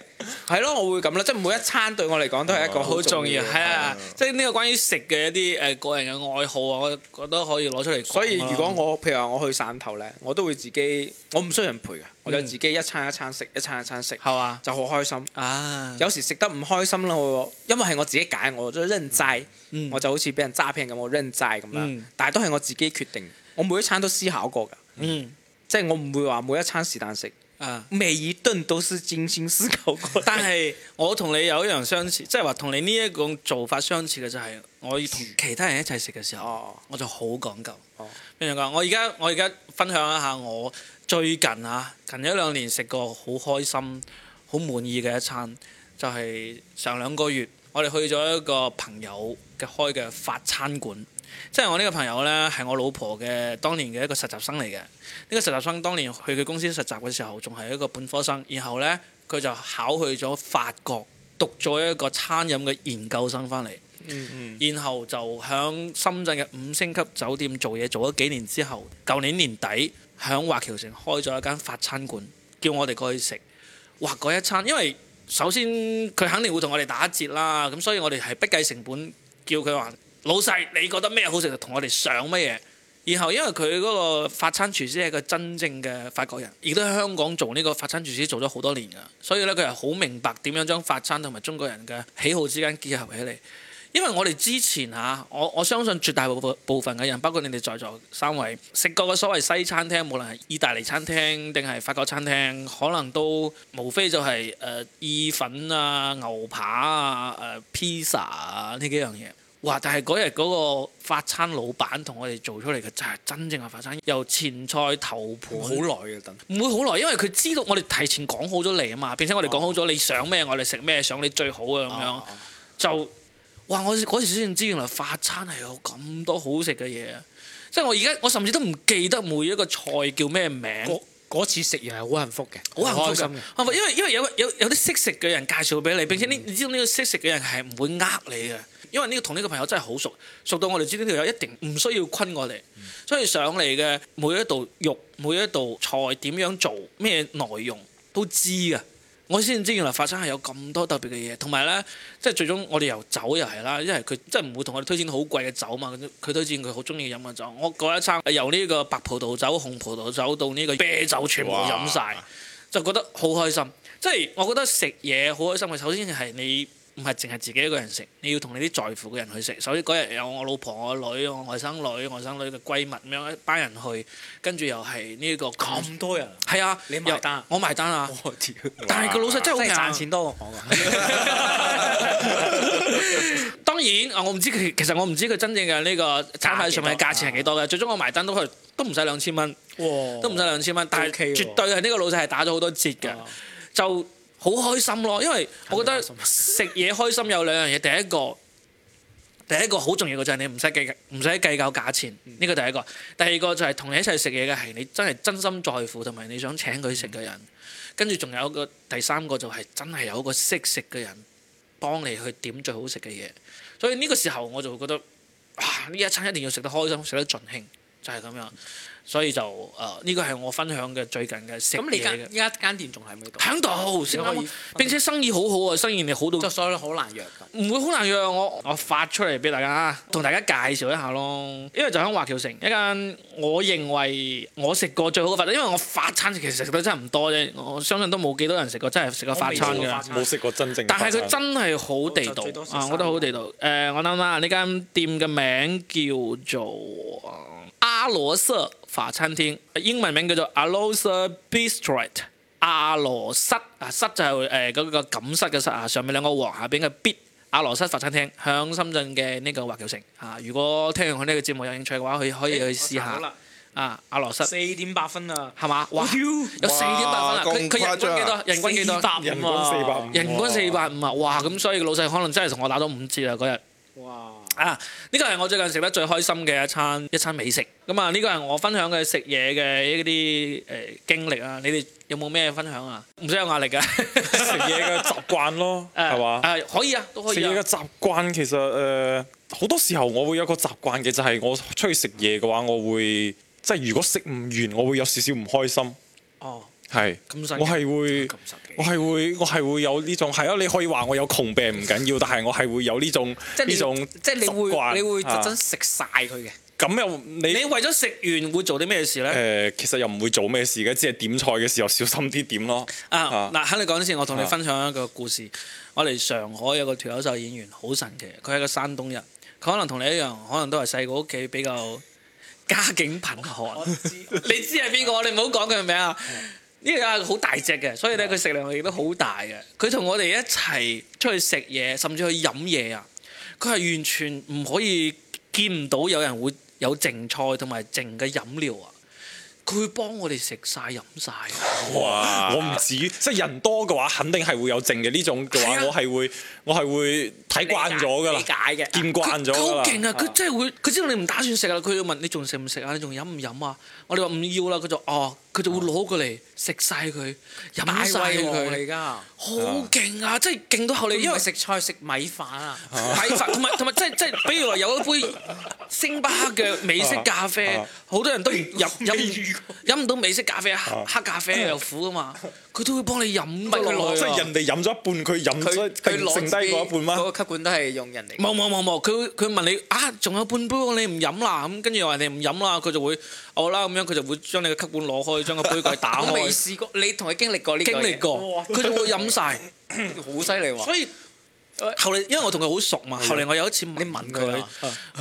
Speaker 2: 係咯，我會咁啦，即係每一餐對我嚟講都係一個
Speaker 1: 好
Speaker 2: 好
Speaker 1: 重
Speaker 2: 重
Speaker 1: 要，
Speaker 2: 要。
Speaker 1: 係啊，即係呢個關於食嘅一啲誒個人嘅愛好啊，我覺得可以攞出嚟講咯。
Speaker 2: 所
Speaker 6: 啊
Speaker 2: 以如果我譬如話我去汕頭咧，我都會自己，我唔需要人陪嘅，我就
Speaker 6: 嗯
Speaker 2: 自己一餐一餐食，一餐一餐食，
Speaker 1: 係嘛
Speaker 2: 就好開心。
Speaker 1: 啊，
Speaker 2: 有時食得唔開心啦，我因為係我自己揀，我都認債，
Speaker 6: 嗯
Speaker 2: 我就好似俾人詐騙咁，我認債咁樣，
Speaker 1: 嗯
Speaker 2: 但係都係我自己決定，我每一餐都思考過㗎，
Speaker 1: 嗯
Speaker 2: 即係我唔會話每一餐是但食，
Speaker 1: 啊，
Speaker 2: 每一頓都是精心思考 過。
Speaker 1: 但係我同你有一樣相似，即係話同你呢一種做法相似嘅就係，我要同其他人一齊食嘅時候，
Speaker 2: 哦
Speaker 1: 我就好講究。
Speaker 2: 哦
Speaker 1: 邊樣講？我而家我而家分享一下我最近啊，近一兩年食過好開心、好滿意嘅一餐，就係、上兩個月我哋去咗一個朋友嘅開嘅法餐館。即係我呢個朋友呢，係我老婆嘅當年嘅一個實習生嚟嘅。呢、個實習生當年去佢公司實習嘅時候，仲係一個本科生，然後呢，佢就考去咗法國讀咗一個餐飲嘅研究生翻嚟。然後就響深圳嘅五星級酒店做嘢，做咗幾年之後，舊年年底響華僑城開咗一間法餐館，叫我哋過去食。哇！嗰一餐，因為首先佢肯定會同我哋打折啦，咁所以我哋係不計成本叫佢話老細，你覺得咩好食就同我哋上乜嘢。然後因為佢嗰個法餐廚師係個真正嘅法國人，亦都喺香港做呢個法餐廚師做咗好多年㗎，所以咧佢係好明白點樣將法餐同埋中國人嘅喜好之間結合起嚟。因為我哋之前嚇，我我相信絕大部分部分嘅人，包括你哋在座三位，食過嘅所謂西餐廳，無論係意大利餐廳定係法國餐廳，可能都無非就係、誒、意粉啊、牛扒啊、誒、披薩啊呢幾樣嘢。哇！但係嗰日嗰個法餐老闆同我哋做出嚟嘅就係真正嘅法餐，由前菜頭盤
Speaker 2: 好耐啊嘅等。
Speaker 1: 唔會好耐，因為佢知道我哋提前講好咗嚟啊嘛，並且我哋講好咗你想咩，我哋食咩，想你最好啊咁樣，就哇！我嗰時先知原來法餐係有咁多好食嘅嘢啊，即係我而家我甚至都唔記得每一個菜叫咩名。
Speaker 6: 嗰嗰次食完係好幸福嘅，
Speaker 1: 好幸福㗎
Speaker 6: 開心嘅。
Speaker 1: 幸福因為因為有有有啲識食嘅人介紹俾你，並且呢
Speaker 6: 嗯
Speaker 1: 你知道呢個識食嘅人係唔會呃你嘅，因為呢個同呢個朋友真係好熟，熟到我哋知呢條友一定唔需要昆我哋，
Speaker 6: 嗯
Speaker 1: 所以上嚟嘅每一道肉、每一道菜點樣做、咩內容都知嘅。我先知原來法餐係有咁多特別嘅嘢，同埋咧，即係最終我哋由酒又係啦，因為佢真係唔會同我哋推薦好貴嘅酒嘛，佢推薦佢好中意飲嘅酒。我嗰一餐由呢個白葡萄酒、紅葡萄酒到呢個啤酒，全部飲晒，就覺得好開心。即係我覺得食嘢好開心嘅，首先係你唔係淨係自己一個人食，你要同你啲在乎嘅人去食。首先嗰日有我老婆、我女、我外甥女、外甥女嘅閨蜜咁樣一班人去，跟住又係呢個
Speaker 2: 哦
Speaker 6: 咁多人，
Speaker 1: 係啊，
Speaker 6: 你埋單
Speaker 1: 又我埋單啊！
Speaker 6: 我屌，
Speaker 1: 但係個老細真係好
Speaker 6: 真係
Speaker 1: 硬
Speaker 6: 賺錢多過我㗎。
Speaker 1: 當然，啊我唔知佢其實我唔知佢真正嘅呢個餐牌上面嘅價錢係幾多嘅，最終我埋單都係都唔使兩千蚊，
Speaker 6: 哇
Speaker 1: 都唔使兩千蚊，但係
Speaker 6: OK 喎啊
Speaker 1: 絕對係呢個老細係打咗好多折嘅，就好開心咯。因為我覺得食嘢開心有兩樣嘢，第一個。第一個好重要嘅就係你唔使計唔使計較價錢，
Speaker 6: 嗯
Speaker 1: 呢個第一個。第二個就係同你一齊食嘢嘅係你真係真心在乎，同埋你想請佢食嘅
Speaker 6: 嗯
Speaker 1: 人。跟住仲有一個第三個就係真係有一個識食嘅人幫你去點最好食嘅嘢。所以呢個時候我就會覺得啊，呢一餐一定要食得開心，食得盡興，就係、咁樣。所以就誒呢個係我分享嘅最近嘅食
Speaker 6: 咁你
Speaker 1: 嘢嘅
Speaker 6: 間。依家間店仲喺咪度？
Speaker 1: 喺度先
Speaker 6: 可以
Speaker 1: 啱，啊並且生意好好啊！生意你好到
Speaker 6: 就所以好難約㗎。
Speaker 1: 唔會好難約我，我發出嚟俾大家，同大家介紹一下咯。因為就喺華僑城一間，我認為我食過最好嘅法餐，因為我法餐其實食得真係唔多啫，我相信都冇幾多人食過真係食過法餐
Speaker 6: 我未食過
Speaker 1: 嘅
Speaker 6: 法。餐
Speaker 3: 冇食過真正嘅
Speaker 1: 但係
Speaker 3: 法
Speaker 1: 佢
Speaker 3: 餐
Speaker 1: 真係好地道
Speaker 6: 就最多食
Speaker 1: 啊！我覺得好地道。誒、我諗下呢間店嘅名叫做呃阿羅瑟法餐廳，英文名叫做 Alosa Bistro。阿羅瑟啊，室就係誒嗰個錦室嘅室啊，上面兩個王，下邊嘅必。阿羅瑟法餐廳響深圳嘅呢個華僑城啊，如果聽完佢呢個節目有興趣嘅話，佢可以去試
Speaker 6: 我查到
Speaker 1: 下
Speaker 6: 啦
Speaker 1: 啊，阿羅瑟
Speaker 6: 四點八分啊！
Speaker 1: 係嘛？哇，有四點八分啊！
Speaker 4: 哇
Speaker 1: 佢佢人均
Speaker 4: 咁誇張啊
Speaker 1: 幾多？人均幾多？
Speaker 6: 400
Speaker 3: 人均四百五，
Speaker 1: 人均四百五啊！哇，咁所以老細可能真係同我打咗五折啊嗰日。
Speaker 6: 哇！
Speaker 1: 啊！呢個係我最近食得最開心嘅一餐一餐美食。咁啊，呢個係我分享嘅食嘢嘅一啲誒經歷啊。你哋有冇咩分享啊？唔使有壓力㗎。
Speaker 3: 食
Speaker 1: 食
Speaker 3: 嘢嘅習慣 咯，係嘛？
Speaker 1: 誒可以啊，都可
Speaker 3: 食
Speaker 1: 以
Speaker 3: 嘢嘅
Speaker 1: 啊。
Speaker 3: 習慣其實誒呃好、多時候我會有個習慣嘅，就係、我出去食嘢嘅話，我會即係如果食唔完，我會有少少唔開心。
Speaker 1: 哦，
Speaker 3: 係，
Speaker 1: 咁神奇
Speaker 3: 我係會
Speaker 6: 咁神奇，
Speaker 3: 我係會，我係會有呢種係啊！你可以話我有窮病唔緊要，但係我係會有呢種
Speaker 6: 即係你
Speaker 3: 呢種
Speaker 6: 即係你
Speaker 3: 習慣
Speaker 6: 會你會特
Speaker 3: 啊
Speaker 6: 登食晒佢嘅。
Speaker 3: 咁又你
Speaker 1: 你為咗食完會做啲咩事
Speaker 3: 誒、
Speaker 1: 咧？
Speaker 3: 呃其實又唔會做咩事嘅，只係點菜嘅時候小心啲點咯。
Speaker 1: 啊，
Speaker 3: 啊
Speaker 1: 嗱，喺你講先，我同你分享一個故事。我哋上海有個脱口秀演員，好神奇，佢係個山東人，佢可能同你一樣，可能都係細個屋企比較家境貧寒。你知係邊個？你唔好講佢名啊！呢個啊係好大隻嘅，所以咧佢食量亦都好大嘅。佢同我哋一齊出去食嘢，甚至去飲嘢啊！佢係完全唔可以見唔到有人會有剩菜同埋剩嘅飲料啊！佢會幫我哋食晒飲晒。啊
Speaker 3: 哇！我唔至於，即係人多嘅話，肯定係會有剩嘅呢種嘅
Speaker 1: 係啊
Speaker 3: 話，我係會我係會睇慣咗㗎啦
Speaker 6: 理，解嘅。
Speaker 3: 見慣咗
Speaker 1: 佢
Speaker 3: 㗎
Speaker 1: 好
Speaker 3: 啦。
Speaker 1: 勁啊！佢真係會，佢知道你唔打算食啦，啊佢就問你仲食唔食啊？你仲飲唔飲啊？我哋話唔要啦，佢就哦，佢就會攞過嚟食晒佢，
Speaker 6: 大
Speaker 1: 飲晒
Speaker 6: 胃王
Speaker 1: 佢
Speaker 6: 嚟，㗎，
Speaker 1: 好勁啊！真係勁到後嚟，
Speaker 6: 你
Speaker 1: 因
Speaker 6: 因
Speaker 1: 為
Speaker 6: 為食菜食米飯啊，
Speaker 1: 米飯同埋同埋即係即係，比如話有一杯星巴克嘅美式咖啡
Speaker 3: 啊啊，
Speaker 1: 啊好多人都飲飲飲唔到美式咖啡，黑黑咖啡又苦噶嘛。佢都會幫你飲㗎
Speaker 2: 唔係佢
Speaker 1: 落
Speaker 2: 攞
Speaker 1: 去
Speaker 3: 即
Speaker 1: 啊
Speaker 3: 係人哋飲咗一半，佢飲
Speaker 2: 佢
Speaker 3: 咗
Speaker 2: 佢攞
Speaker 3: 剩低嗰一半
Speaker 2: 嗰
Speaker 3: 嗎？
Speaker 2: 個吸管都係用人嚟。
Speaker 1: 冇冇冇冇，佢佢問你啊，仲有半杯喎你唔飲啦，咁跟住話你唔飲啦，佢就會好啦咁樣，佢就會將你嘅吸管攞開，將個杯蓋打
Speaker 2: 我未
Speaker 1: 開，
Speaker 2: 試過，你同佢經歷過呢個
Speaker 1: 經
Speaker 2: 嘢
Speaker 1: 歷過，佢就會飲晒。
Speaker 2: 好犀利喎！
Speaker 1: 所以後嚟，因為我同佢好熟嘛，後嚟我有一次問
Speaker 2: 你問佢
Speaker 1: 佢
Speaker 2: 啊，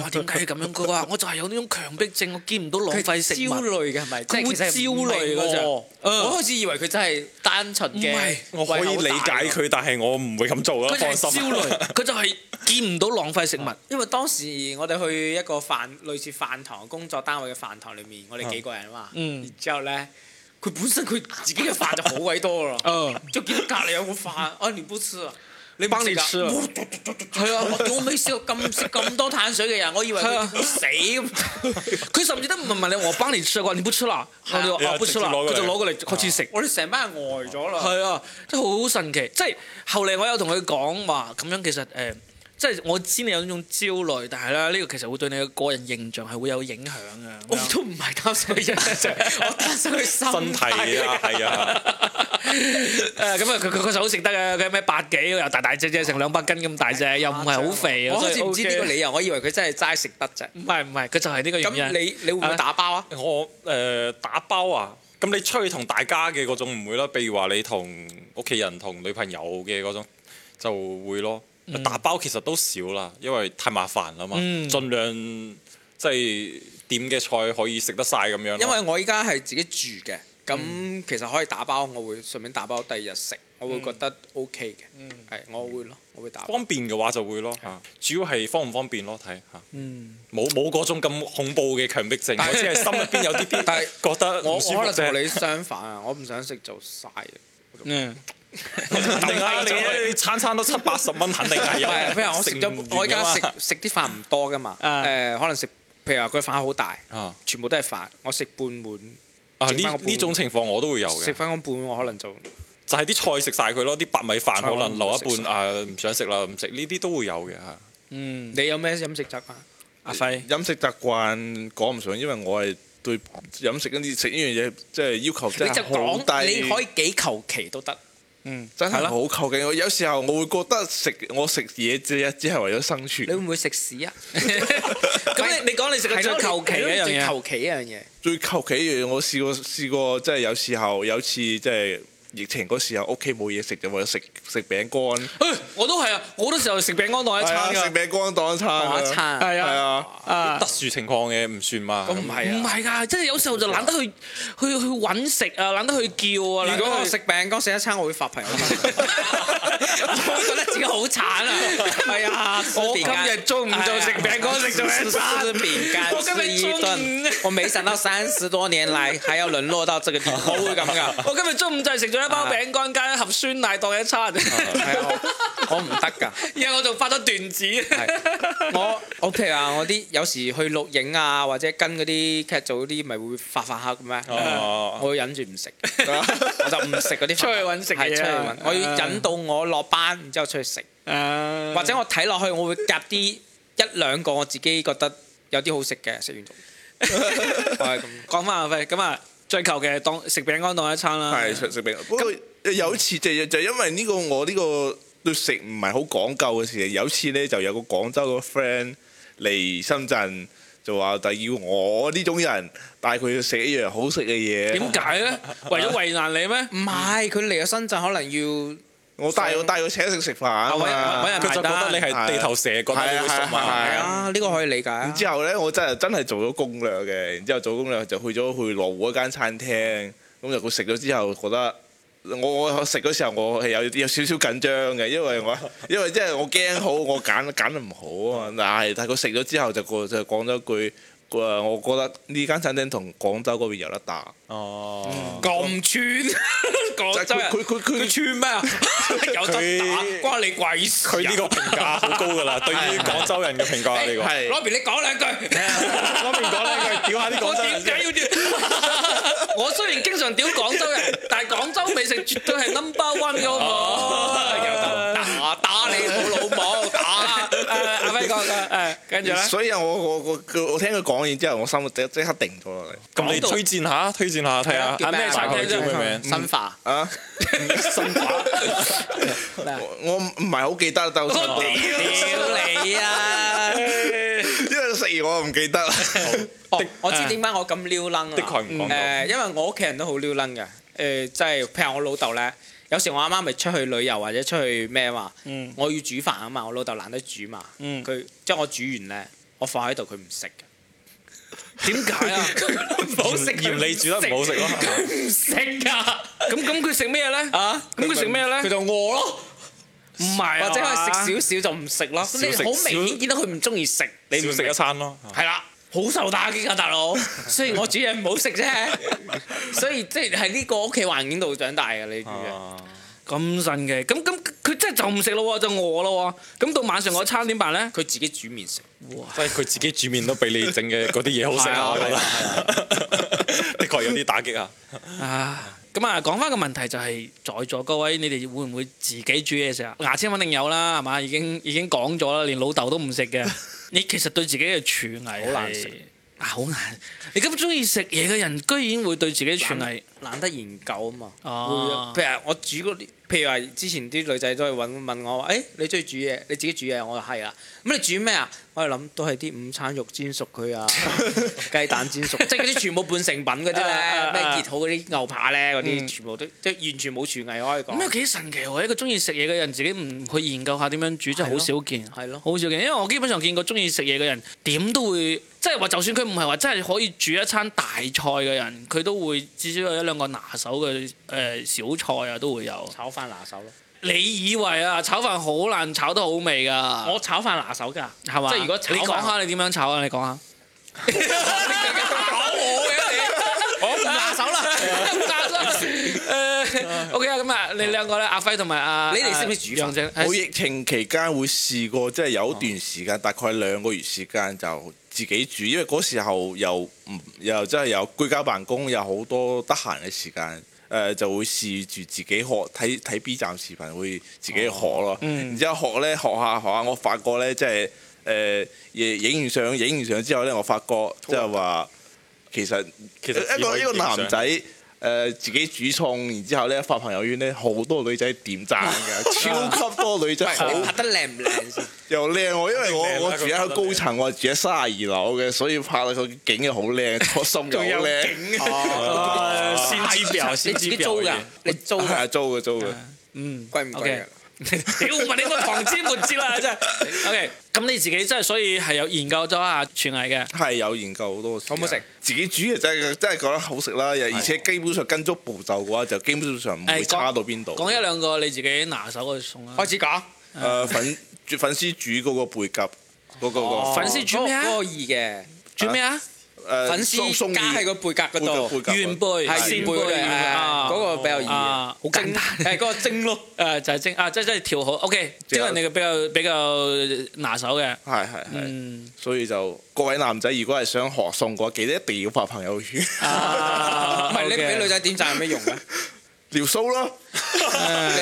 Speaker 1: 哇點解要咁樣？佢話我就係有呢種強迫症，我見唔到浪費
Speaker 2: 佢係
Speaker 1: 食
Speaker 2: 焦
Speaker 1: 物。
Speaker 2: 慮嘅係咪？即
Speaker 1: 佢
Speaker 2: 係
Speaker 1: 會
Speaker 2: 其實唔係
Speaker 1: 焦慮嗰隻
Speaker 2: 我
Speaker 1: 嗯
Speaker 2: 我開始以為佢真係單純
Speaker 1: 唔係
Speaker 2: 嘅，
Speaker 3: 我可以理解。佢，但係我唔會咁做啦，
Speaker 1: 佢就
Speaker 3: 放
Speaker 1: 係
Speaker 3: 心。
Speaker 1: 焦 慮，佢就係見唔到浪費食物。
Speaker 6: 因為當時我哋去一個飯類似飯堂工作單位嘅飯堂裏面，我哋幾個人啊嘛，
Speaker 1: 嗯
Speaker 6: 然之後咧，佢本身佢自己嘅飯就好鬼多啦，
Speaker 1: 嗯，
Speaker 6: 就見到隔離有個飯，啊你不吃啊，
Speaker 1: 你幫你吃啊，
Speaker 6: 係啊，我我未試過咁食咁多碳水嘅人，我以為
Speaker 1: 係
Speaker 6: 佢
Speaker 1: 啊
Speaker 6: 會死咁，
Speaker 1: 佢甚至都唔係問你我幫你吃啩，你不吃啦，我哋
Speaker 3: 係啊
Speaker 1: 話我不吃啦，
Speaker 3: 直接
Speaker 1: 佢就
Speaker 3: 攞過嚟
Speaker 1: 攞過嚟開始食。
Speaker 6: 我哋成班人呆咗啦。
Speaker 1: 係啊，真係好神奇。即係後嚟我有同佢講話，咁樣其實誒、呃即係我知你有呢種焦慮，但係咧呢個其實會對你嘅個人形象係會有影響嘅。
Speaker 2: 我
Speaker 1: 咁樣
Speaker 2: 都唔係擔心佢人，我擔心佢心
Speaker 3: 身體啊，係啊，
Speaker 1: 誒咁啊，佢佢佢就好食得嘅，佢咩百幾又大大隻隻，成兩百斤咁大隻，又唔係好肥啊。
Speaker 2: 我
Speaker 1: 所
Speaker 2: 開
Speaker 1: 以
Speaker 2: 始唔知呢個
Speaker 1: OK
Speaker 2: 理由，我以為佢真係齋食得啫。
Speaker 1: 唔係唔係，佢就係呢個原因。
Speaker 2: 咁你你會唔會
Speaker 1: 啊
Speaker 2: 打包啊？
Speaker 3: 我誒打包啊。咁你出去同大家嘅嗰種唔會啦，譬如話你同屋企人、同女朋友嘅嗰種就會咯。
Speaker 2: 嗯
Speaker 3: 打包其實都少啦，因為太麻煩啦嘛，
Speaker 1: 嗯
Speaker 3: 盡量即係點嘅菜可以食得晒咁樣咯。
Speaker 2: 因為我依家係自己住嘅，咁其實可以打包，我會順便打包第二日食，我會覺得 OK 嘅，係我會咯，我會打包。
Speaker 3: 方便嘅話就會咯，嚇主要係方唔方便咯，睇嚇。冇冇嗰種咁恐怖嘅強迫症，
Speaker 2: 嗯但係
Speaker 3: 我只係心入邊有啲 啲
Speaker 2: 但係
Speaker 3: 覺得
Speaker 2: 我
Speaker 3: 唔
Speaker 2: 我
Speaker 3: 舒
Speaker 2: 可
Speaker 3: 服
Speaker 2: 能同
Speaker 3: 啫。
Speaker 2: 你相反啊，我唔想食就晒。
Speaker 1: 嗯
Speaker 3: 肯定啊，你你餐餐都七八十蚊，肯定係
Speaker 2: 唔
Speaker 3: 有。
Speaker 2: 係，啊譬如我食咗，我而家食食啲飯唔多噶嘛，
Speaker 1: 啊
Speaker 2: 誒可能食，譬如話佢飯好大
Speaker 3: 啊，
Speaker 2: 全部都係飯，我食半碗，
Speaker 3: 啊
Speaker 2: 剩翻
Speaker 3: 呢
Speaker 2: 個半
Speaker 3: 呢種情況我都會有
Speaker 2: 食
Speaker 3: 嘅，
Speaker 2: 翻嗰半碗我可能就
Speaker 3: 就係啲菜食晒佢咯，啲白米飯
Speaker 2: 菜我
Speaker 3: 可
Speaker 2: 唔
Speaker 3: 能留一
Speaker 2: 食
Speaker 3: 半啊，唔想食啦，唔食呢啲都會有嘅嚇。
Speaker 1: 嗯，
Speaker 2: 你有咩飲食習慣？
Speaker 1: 阿輝
Speaker 4: 飲食習慣講唔上，因為我係對飲食呢啲食呢樣嘢，即係要求
Speaker 2: 你
Speaker 4: 真
Speaker 2: 就
Speaker 4: 係好
Speaker 2: 講，你可
Speaker 4: 低，
Speaker 2: 以幾求其都得。
Speaker 4: 真係好求其。我有時候我會覺得食我食嘢只係只係為咗生
Speaker 2: 你會
Speaker 4: 存，
Speaker 2: 唔會食屎啊？
Speaker 1: 咁你你講你食嘅最求其啊嘅一樣
Speaker 2: 最
Speaker 1: 嘢，
Speaker 2: 求其一樣嘢。
Speaker 4: 最求其一樣嘢我試過試過，即係有時候有次即係疫情嗰時候，屋企冇嘢食就為咗食食餅乾，
Speaker 1: 誒我都係啊，我好多時候食餅乾當一
Speaker 4: 係啊
Speaker 1: 餐
Speaker 4: 食
Speaker 1: 㗎，
Speaker 4: 餅乾當一餐
Speaker 2: 當
Speaker 4: 啊，
Speaker 2: 一餐
Speaker 4: 係啊。
Speaker 1: 啊
Speaker 3: 特。殊情況嘅唔算嘛。
Speaker 2: 唔係
Speaker 1: 唔
Speaker 2: 啊！
Speaker 1: 係㗎，即係有時候就懶得去去去揾食啊，懶得去叫啊。懶
Speaker 2: 如
Speaker 1: 得
Speaker 2: 果我
Speaker 1: 去
Speaker 2: 食餅乾食一餐，我會發朋友 圈，我覺得自己好慘啊！係啊，
Speaker 1: 我今日中午就食餅乾食咗一餐
Speaker 2: 吃餅乾
Speaker 1: 我今日
Speaker 2: 吃一頓
Speaker 1: 中午，
Speaker 2: 我沒想到三十多年 來還要淪落到這個地步，我會咁噶，
Speaker 1: 我今日中午就係食咗一包餅乾加一盒酸奶當一餐，
Speaker 2: 係啊，我我唔得㗎。
Speaker 1: 然後我就發咗段子。
Speaker 2: 係我我譬如話我啲有時去錄影啊，或者跟嗰啲劇組啲，咪會發發黑嘅咩？
Speaker 3: 哦
Speaker 2: 我會忍住 唔食，我就唔食嗰啲飯。
Speaker 1: 出去搵食嘅嘢啊啊
Speaker 2: 係出去揾，我要忍到我落班，然之後出去食，或者我睇落去，我會夾啲一兩個我自己覺得有啲好食嘅，食完就。 我係咁。
Speaker 1: 講翻阿輝，咁啊追求嘅當食餅乾當一餐啦。
Speaker 4: 係食食餅。不過呃有一次就就因為呢個我呢個對食唔係好講究嘅事，有一次咧就有個廣州個 friend 嚟深圳，就話就要我呢種人帶佢去食一樣好食嘅嘢。
Speaker 1: 點解咧？為咗為難你咩？
Speaker 2: 唔係，佢嚟咗深圳，可能要
Speaker 4: 我帶我帶佢請食食飯啊
Speaker 1: 揾
Speaker 4: 嘛
Speaker 1: 揾人
Speaker 3: 佢就覺
Speaker 1: 埋
Speaker 3: 得
Speaker 1: 單
Speaker 3: 你。係地頭蛇，覺得你會縮
Speaker 4: 啊係啊
Speaker 3: 埋。
Speaker 2: 係啊，呢個可以理解啊。
Speaker 4: 之後咧，我真係真係做咗攻略嘅，然之後做攻略就去咗去羅湖一間餐廳，咁就佢食咗之後覺得。我我食嗰時候，我係有有少少緊張嘅，因為我 因為即係我驚好，我揀揀得唔好啊嘛。但係但係佢食咗之後就個就講咗句誒，我覺得呢間餐廳同廣州嗰邊有得打。嗯
Speaker 3: 哦，
Speaker 2: 咁 串，廣州人
Speaker 4: 佢佢佢
Speaker 2: 佢串咩啊？有得打，關你鬼事啊
Speaker 3: 佢 呢個評價好高㗎啦，對於廣州人嘅評價呢個。
Speaker 4: 啊係啊
Speaker 2: 羅邊你講兩句，
Speaker 3: 我明講呢句，屌下啲
Speaker 1: 我
Speaker 3: 廣州人
Speaker 1: 點
Speaker 3: 先
Speaker 1: 解。要屌？我雖然經常屌廣州 人，但係廣州美食絕對係 number one 嘅喎。
Speaker 2: 打打你老母，打！
Speaker 1: 啊誒阿輝哥，誒，跟住咧，
Speaker 4: 所以啊，我我我佢我聽佢講完之後，我心即即刻定咗落嚟。
Speaker 3: 咁你推薦下，推薦下睇下
Speaker 1: 叫咩
Speaker 3: 大
Speaker 1: 餐
Speaker 3: 概
Speaker 1: 廳
Speaker 3: 叫
Speaker 1: 啫
Speaker 3: 咩名？
Speaker 2: 新化
Speaker 4: 啊！
Speaker 3: 新化
Speaker 4: 我我唔唔係好記得，但我
Speaker 2: 屌你啊！
Speaker 4: 因為食完我唔記得啦。
Speaker 2: 哦，我知點解我咁撩楞啦。啊
Speaker 3: 的確唔講到
Speaker 2: 誒，因為我屋企人都好撩楞嘅。誒，即係譬如我老豆咧，有時我阿媽咪出去旅遊或者出去咩嘛，我要煮飯啊嘛，我老豆懶得煮嘛，佢即係我煮完咧，我放喺度佢唔食嘅。
Speaker 1: 點解啊？
Speaker 2: 唔好食，
Speaker 3: 嫌啊你煮得唔好食咯，
Speaker 2: 唔食㗎。
Speaker 1: 咁咁佢食咩咧？
Speaker 2: 啊！
Speaker 1: 咁佢食咩咧
Speaker 2: 佢就餓咯。
Speaker 1: 唔係啊
Speaker 2: 或者
Speaker 1: 嘛
Speaker 2: 佢食少少就唔食咯。咁
Speaker 6: 啊
Speaker 2: 你
Speaker 3: 食
Speaker 2: 好明顯見到佢唔中意食，
Speaker 3: 你
Speaker 2: 你
Speaker 3: 唔
Speaker 2: 唔
Speaker 3: 食
Speaker 2: 食
Speaker 3: 一餐咯。
Speaker 2: 係啦，好受打擊㗎，大佬。雖然我煮嘢唔好食 啫，所以即係喺呢個屋企環境度長大嘅你煮
Speaker 3: 哦
Speaker 2: 嘢。
Speaker 1: 咁神奇，咁咁佢真係就唔食咯喎，就餓咯喎。咁到晚上嗰餐點辦咧？
Speaker 2: 佢自己煮麵食，
Speaker 3: 即係佢自己煮面都比你整嘅嗰啲嘢好食 啊！我覺得的確有啲打擊啊！
Speaker 1: 啊，咁啊，講翻個問題就係、在座各位，你哋會唔會自己煮嘢食啊？牙籤肯定有啦，係嘛？已經已經講咗啦，連老豆都唔食 嘅。你其實對自己嘅廚藝好難食啊，好難！你咁中意食嘢嘅人，居然會對自己廚藝
Speaker 2: 懶得研究啊嘛。
Speaker 1: 哦
Speaker 2: 會啊譬如我煮嗰啲，譬如話之前啲女仔都係揾問我話，誒你中意煮嘢，你自己煮嘢，我話係啦。咁你煮咩啊？我係諗都係啲午餐肉煎熟佢 啊，雞蛋煎熟，即係嗰啲全部半成品嗰啲 咧，咩熱好嗰啲牛扒咧，嗰啲全部都即係完全冇廚藝可以
Speaker 1: 咁又
Speaker 2: 講。
Speaker 1: 幾神奇喎！一個中意食嘢嘅人，自己唔去研究下點樣煮，真係好少見。
Speaker 2: 係咯
Speaker 1: 好少見，因為我基本上見過中意食嘢嘅人，點都會即係話，就算佢唔係話真係可以煮一餐大菜嘅人，佢都會至少有一兩個拿手嘅誒、呃小菜啊，都會有。
Speaker 2: 炒飯拿手咯，
Speaker 1: 你以為啊，炒飯好難炒得好味㗎？
Speaker 2: 我炒飯拿 手㗎，
Speaker 1: 係嘛？
Speaker 2: 即係如果炒飯
Speaker 1: 你講下你點樣炒啊？你講 下。
Speaker 2: 我唔拿手 啦，
Speaker 1: 誒，OK 啊，咁啊，你兩個咧，阿輝同埋阿
Speaker 2: 你哋識唔識煮飯
Speaker 1: 楊正
Speaker 4: 我疫情期間會試過，即係有一段時間，大概兩個月時間就自己煮，因為嗰時候又唔又真係有居家辦公，有好多得閒嘅時間，誒、就會試住自己學睇睇 B 站視頻，會自己學咯。然之後學咧學下學下，我發覺咧即係誒影完相影完相之後咧，我發覺即係話其實
Speaker 3: 其實
Speaker 4: 一個
Speaker 3: 只可
Speaker 4: 一
Speaker 3: 以
Speaker 4: 個
Speaker 3: 影相
Speaker 4: 男仔。誒、自己煮餸，然之後咧發朋友圈咧，好多女仔點讚嘅，超級多女仔好
Speaker 2: 你拍得靚唔靚先？
Speaker 4: 又靚喎，因為
Speaker 3: 靚啦
Speaker 4: 我我住喺高層，我住喺三十二樓嘅，所以拍到個景又好靚，個心又好靚。
Speaker 2: 啊
Speaker 3: 先知表，
Speaker 2: 你
Speaker 3: 先
Speaker 2: 自
Speaker 3: 知
Speaker 2: 己
Speaker 3: 表
Speaker 2: 租
Speaker 3: 嘅
Speaker 2: 㗎，你租
Speaker 4: 係
Speaker 2: 㗎
Speaker 4: 啊，租嘅租 嘅，
Speaker 2: 貴唔貴啊
Speaker 1: OK
Speaker 2: 㗎？
Speaker 1: 屌，問你個旁枝末節啦，真係。OK，咁你自己真係所以係有研究咗下廚藝嘅。
Speaker 4: 係有研究好多。好
Speaker 2: 好唔好食？
Speaker 4: 自己煮嘅真係真係覺得好食啦，而且基本上跟足步驟嘅話，就基本上唔會
Speaker 1: 誒
Speaker 4: 差到邊度。
Speaker 1: 講一兩個你自己拿手嘅餸啊。
Speaker 2: 開始講。
Speaker 4: 誒粉粉絲煮嗰個貝鴿，嗰個
Speaker 2: 哦
Speaker 4: 個
Speaker 1: 粉絲煮咩啊
Speaker 2: 嗰個二嘅
Speaker 1: 煮咩啊？
Speaker 4: 誒
Speaker 2: 粉
Speaker 4: 鬆鬆
Speaker 2: 絲
Speaker 4: 意
Speaker 2: 加喺個背格嗰
Speaker 4: 貝
Speaker 2: 度，
Speaker 4: 鴿貝鴿
Speaker 1: 原貝、
Speaker 2: 係
Speaker 1: 扇
Speaker 2: 扇
Speaker 1: 貝
Speaker 2: 貝嘅
Speaker 1: 啊
Speaker 2: 嗰個比較易嘅，
Speaker 1: 啊好簡單
Speaker 2: 誒嗰個蒸咯，
Speaker 1: 誒就係蒸啊，即係即係調好。OK，
Speaker 4: 即
Speaker 1: 呢
Speaker 4: 係
Speaker 1: 個你嘅比較比較拿手嘅。
Speaker 4: 係係係，
Speaker 1: 嗯，
Speaker 4: 所以就各位男仔如果係想學餸嘅話，記得一定要發朋友
Speaker 2: 唔
Speaker 4: 圈，
Speaker 1: 唔
Speaker 2: 係你俾女仔點讚有咩用啊？
Speaker 4: 撩須咯。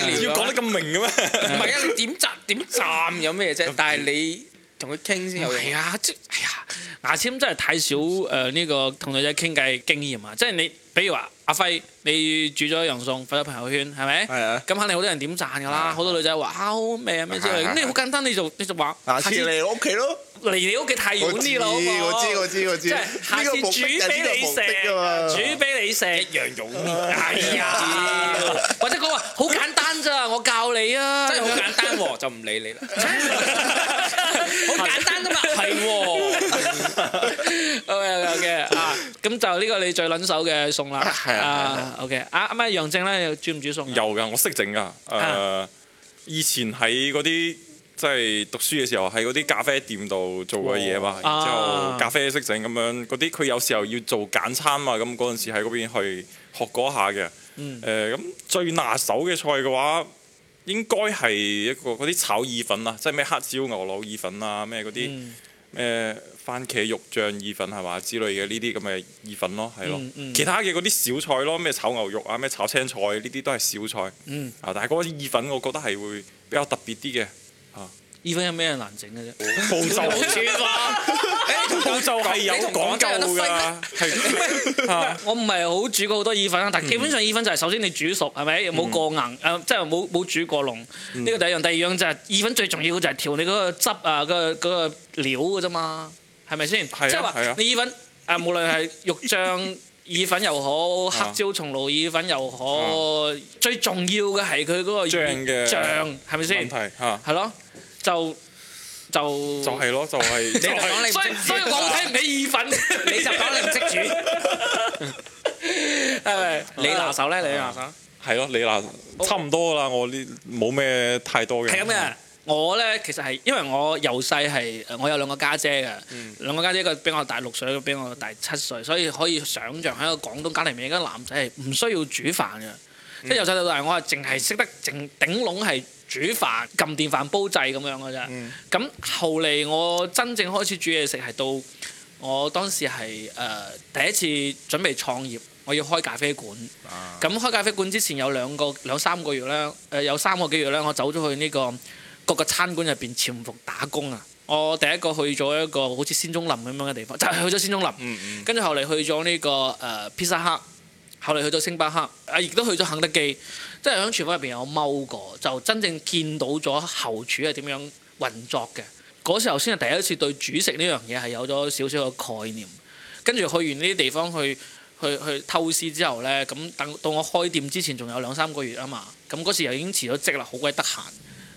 Speaker 2: 你
Speaker 3: 要
Speaker 2: 撩
Speaker 3: 講得
Speaker 2: 咗
Speaker 3: 咁明嘅
Speaker 2: 唔
Speaker 3: 咩？
Speaker 2: 係啊？你點讚點讚有咩啫？但係你同佢傾先有用
Speaker 1: 係。啊，即係呀，牙籤真係太少誒呢個同女仔傾偈經驗啊！即係你，比如話阿輝，你煮咗洋餸，發咗朋友圈，係咪？
Speaker 4: 係啊
Speaker 1: 咁肯定好多人點讚㗎啦，好多女仔話啊好味啊咩之類。
Speaker 4: 係係
Speaker 1: 咁你好簡單，你就你就話
Speaker 4: 下次嚟我屋企咯。
Speaker 1: 離你屋企太遠啲咯，好冇
Speaker 4: 我知我知我知
Speaker 1: 啊即係下
Speaker 4: 呢
Speaker 1: 次
Speaker 4: 個目的
Speaker 1: 煮俾你食
Speaker 4: 呢個目的啊，嘛
Speaker 1: 煮俾你食羊肉麵。係 啊，或者講話好簡單咋，我教你啊，
Speaker 2: 真係好簡單喎，就唔理你啦。
Speaker 1: 好
Speaker 2: 好簡單㗎嘛，係 喎。
Speaker 1: OK OK 啊，咁就呢個你最撚手嘅餸啦。
Speaker 4: 係啊
Speaker 1: 啊，OK 啊，啱啱楊正咧又煮唔煮餸？
Speaker 3: 有㗎，我識整㗎。誒
Speaker 1: 啊，
Speaker 3: 以前喺嗰啲即係讀書嘅時候，喺嗰啲咖啡店度做過嘢嘛。然之
Speaker 1: 啊
Speaker 3: 後咖啡識整咁樣，嗰啲佢有時候要做簡餐嘛。咁嗰陣時喺嗰邊去學嗰下嘅。誒，咁最拿手嘅菜嘅話。應該係一個嗰啲炒意粉啊，即係咩黑椒牛柳意粉啊，咩嗰啲
Speaker 1: 嗯
Speaker 3: 咩番茄肉醬意粉係嘛之類嘅呢啲咁嘅意粉咯，係
Speaker 1: 嗯
Speaker 3: 咯。其他嘅嗰啲小菜咯，咩炒牛肉啊，咩炒青菜
Speaker 1: 嗯
Speaker 3: 呢啲都係小菜。啊，但係嗰啲意粉我覺得係會比較特別啲嘅。
Speaker 1: 意粉有咩難整嘅啫？
Speaker 3: 步 驟
Speaker 2: 好似話，
Speaker 3: 步驟係有
Speaker 2: 你同
Speaker 3: 講
Speaker 2: 廣州有得
Speaker 3: 究
Speaker 2: 分
Speaker 3: 㗎，係
Speaker 1: 啊我唔係好煮過好多意粉啦，
Speaker 3: 嗯
Speaker 1: 但基本上意粉就係首先你煮熟係咪？冇過硬，誒即係冇冇煮過濃。
Speaker 3: 嗯
Speaker 1: 呢個第一樣，第二樣就係意粉最重要就係調你嗰個汁啊，嗰個嗰個料嘅啫嘛，係咪先？即
Speaker 3: 係啊
Speaker 1: 係
Speaker 3: 係
Speaker 1: 話
Speaker 3: 啊
Speaker 1: 你意粉誒，無論係肉醬意粉又 好，
Speaker 3: 啊
Speaker 1: 黑椒松露意粉又好，最重要嘅係佢嗰個
Speaker 3: 醬嘅
Speaker 1: 醬係咪
Speaker 3: 問
Speaker 1: 先？
Speaker 3: 題嚇，
Speaker 1: 係咯，就就
Speaker 3: 就係咯，就係就
Speaker 2: 你就
Speaker 3: 係
Speaker 2: 講你唔
Speaker 1: 所以
Speaker 2: 識
Speaker 1: 所以我好睇唔起意粉，
Speaker 2: 煮，你就講你唔識煮，
Speaker 1: 係咪？
Speaker 2: 你拿
Speaker 1: 手咧，你拿手。
Speaker 3: 係咯，你嗱差唔多啦，我呢冇咩太多嘅。
Speaker 1: 係咁嘅。我咧其實係因為我由細係誒我有兩個家姐嘅，
Speaker 3: 嗯
Speaker 1: 兩個家姐一個比我大六歲，一個比我大七歲，所以可以想像喺一個廣東家庭入面，一個男仔係唔需要煮飯嘅，即
Speaker 3: 嗯
Speaker 1: 係由細到大我係淨係識得淨頂籠係煮飯、撳電飯煲掣咁樣嘅啫。
Speaker 3: 嗯
Speaker 1: 咁、後嚟我真正開始煮嘢食係到我當時係誒、呃第一次準備創業，我要開咖啡館。咁開咖啡館之前有兩個兩三個月咧，誒、有三個幾月咧，我走咗去呢、個各個餐館入邊潛伏打工啊！我第一個去咗一個好似仙蹤林咁樣嘅地方，就係、去咗仙蹤林，跟住、後嚟去咗呢、個誒、呃、披薩克，後嚟去咗星巴克，啊亦都去咗肯德基，即係喺廚房入邊有踎過，就真正見到咗後廚係點樣運作嘅。嗰時候先係第一次對煮食呢樣嘢係有咗少少嘅概念，跟住去完呢啲地方去。去去偷師之後呢，咁等到我開店之前仲有兩三個月啊嘛，咁嗰時又已經辭咗職啦，好鬼得閒，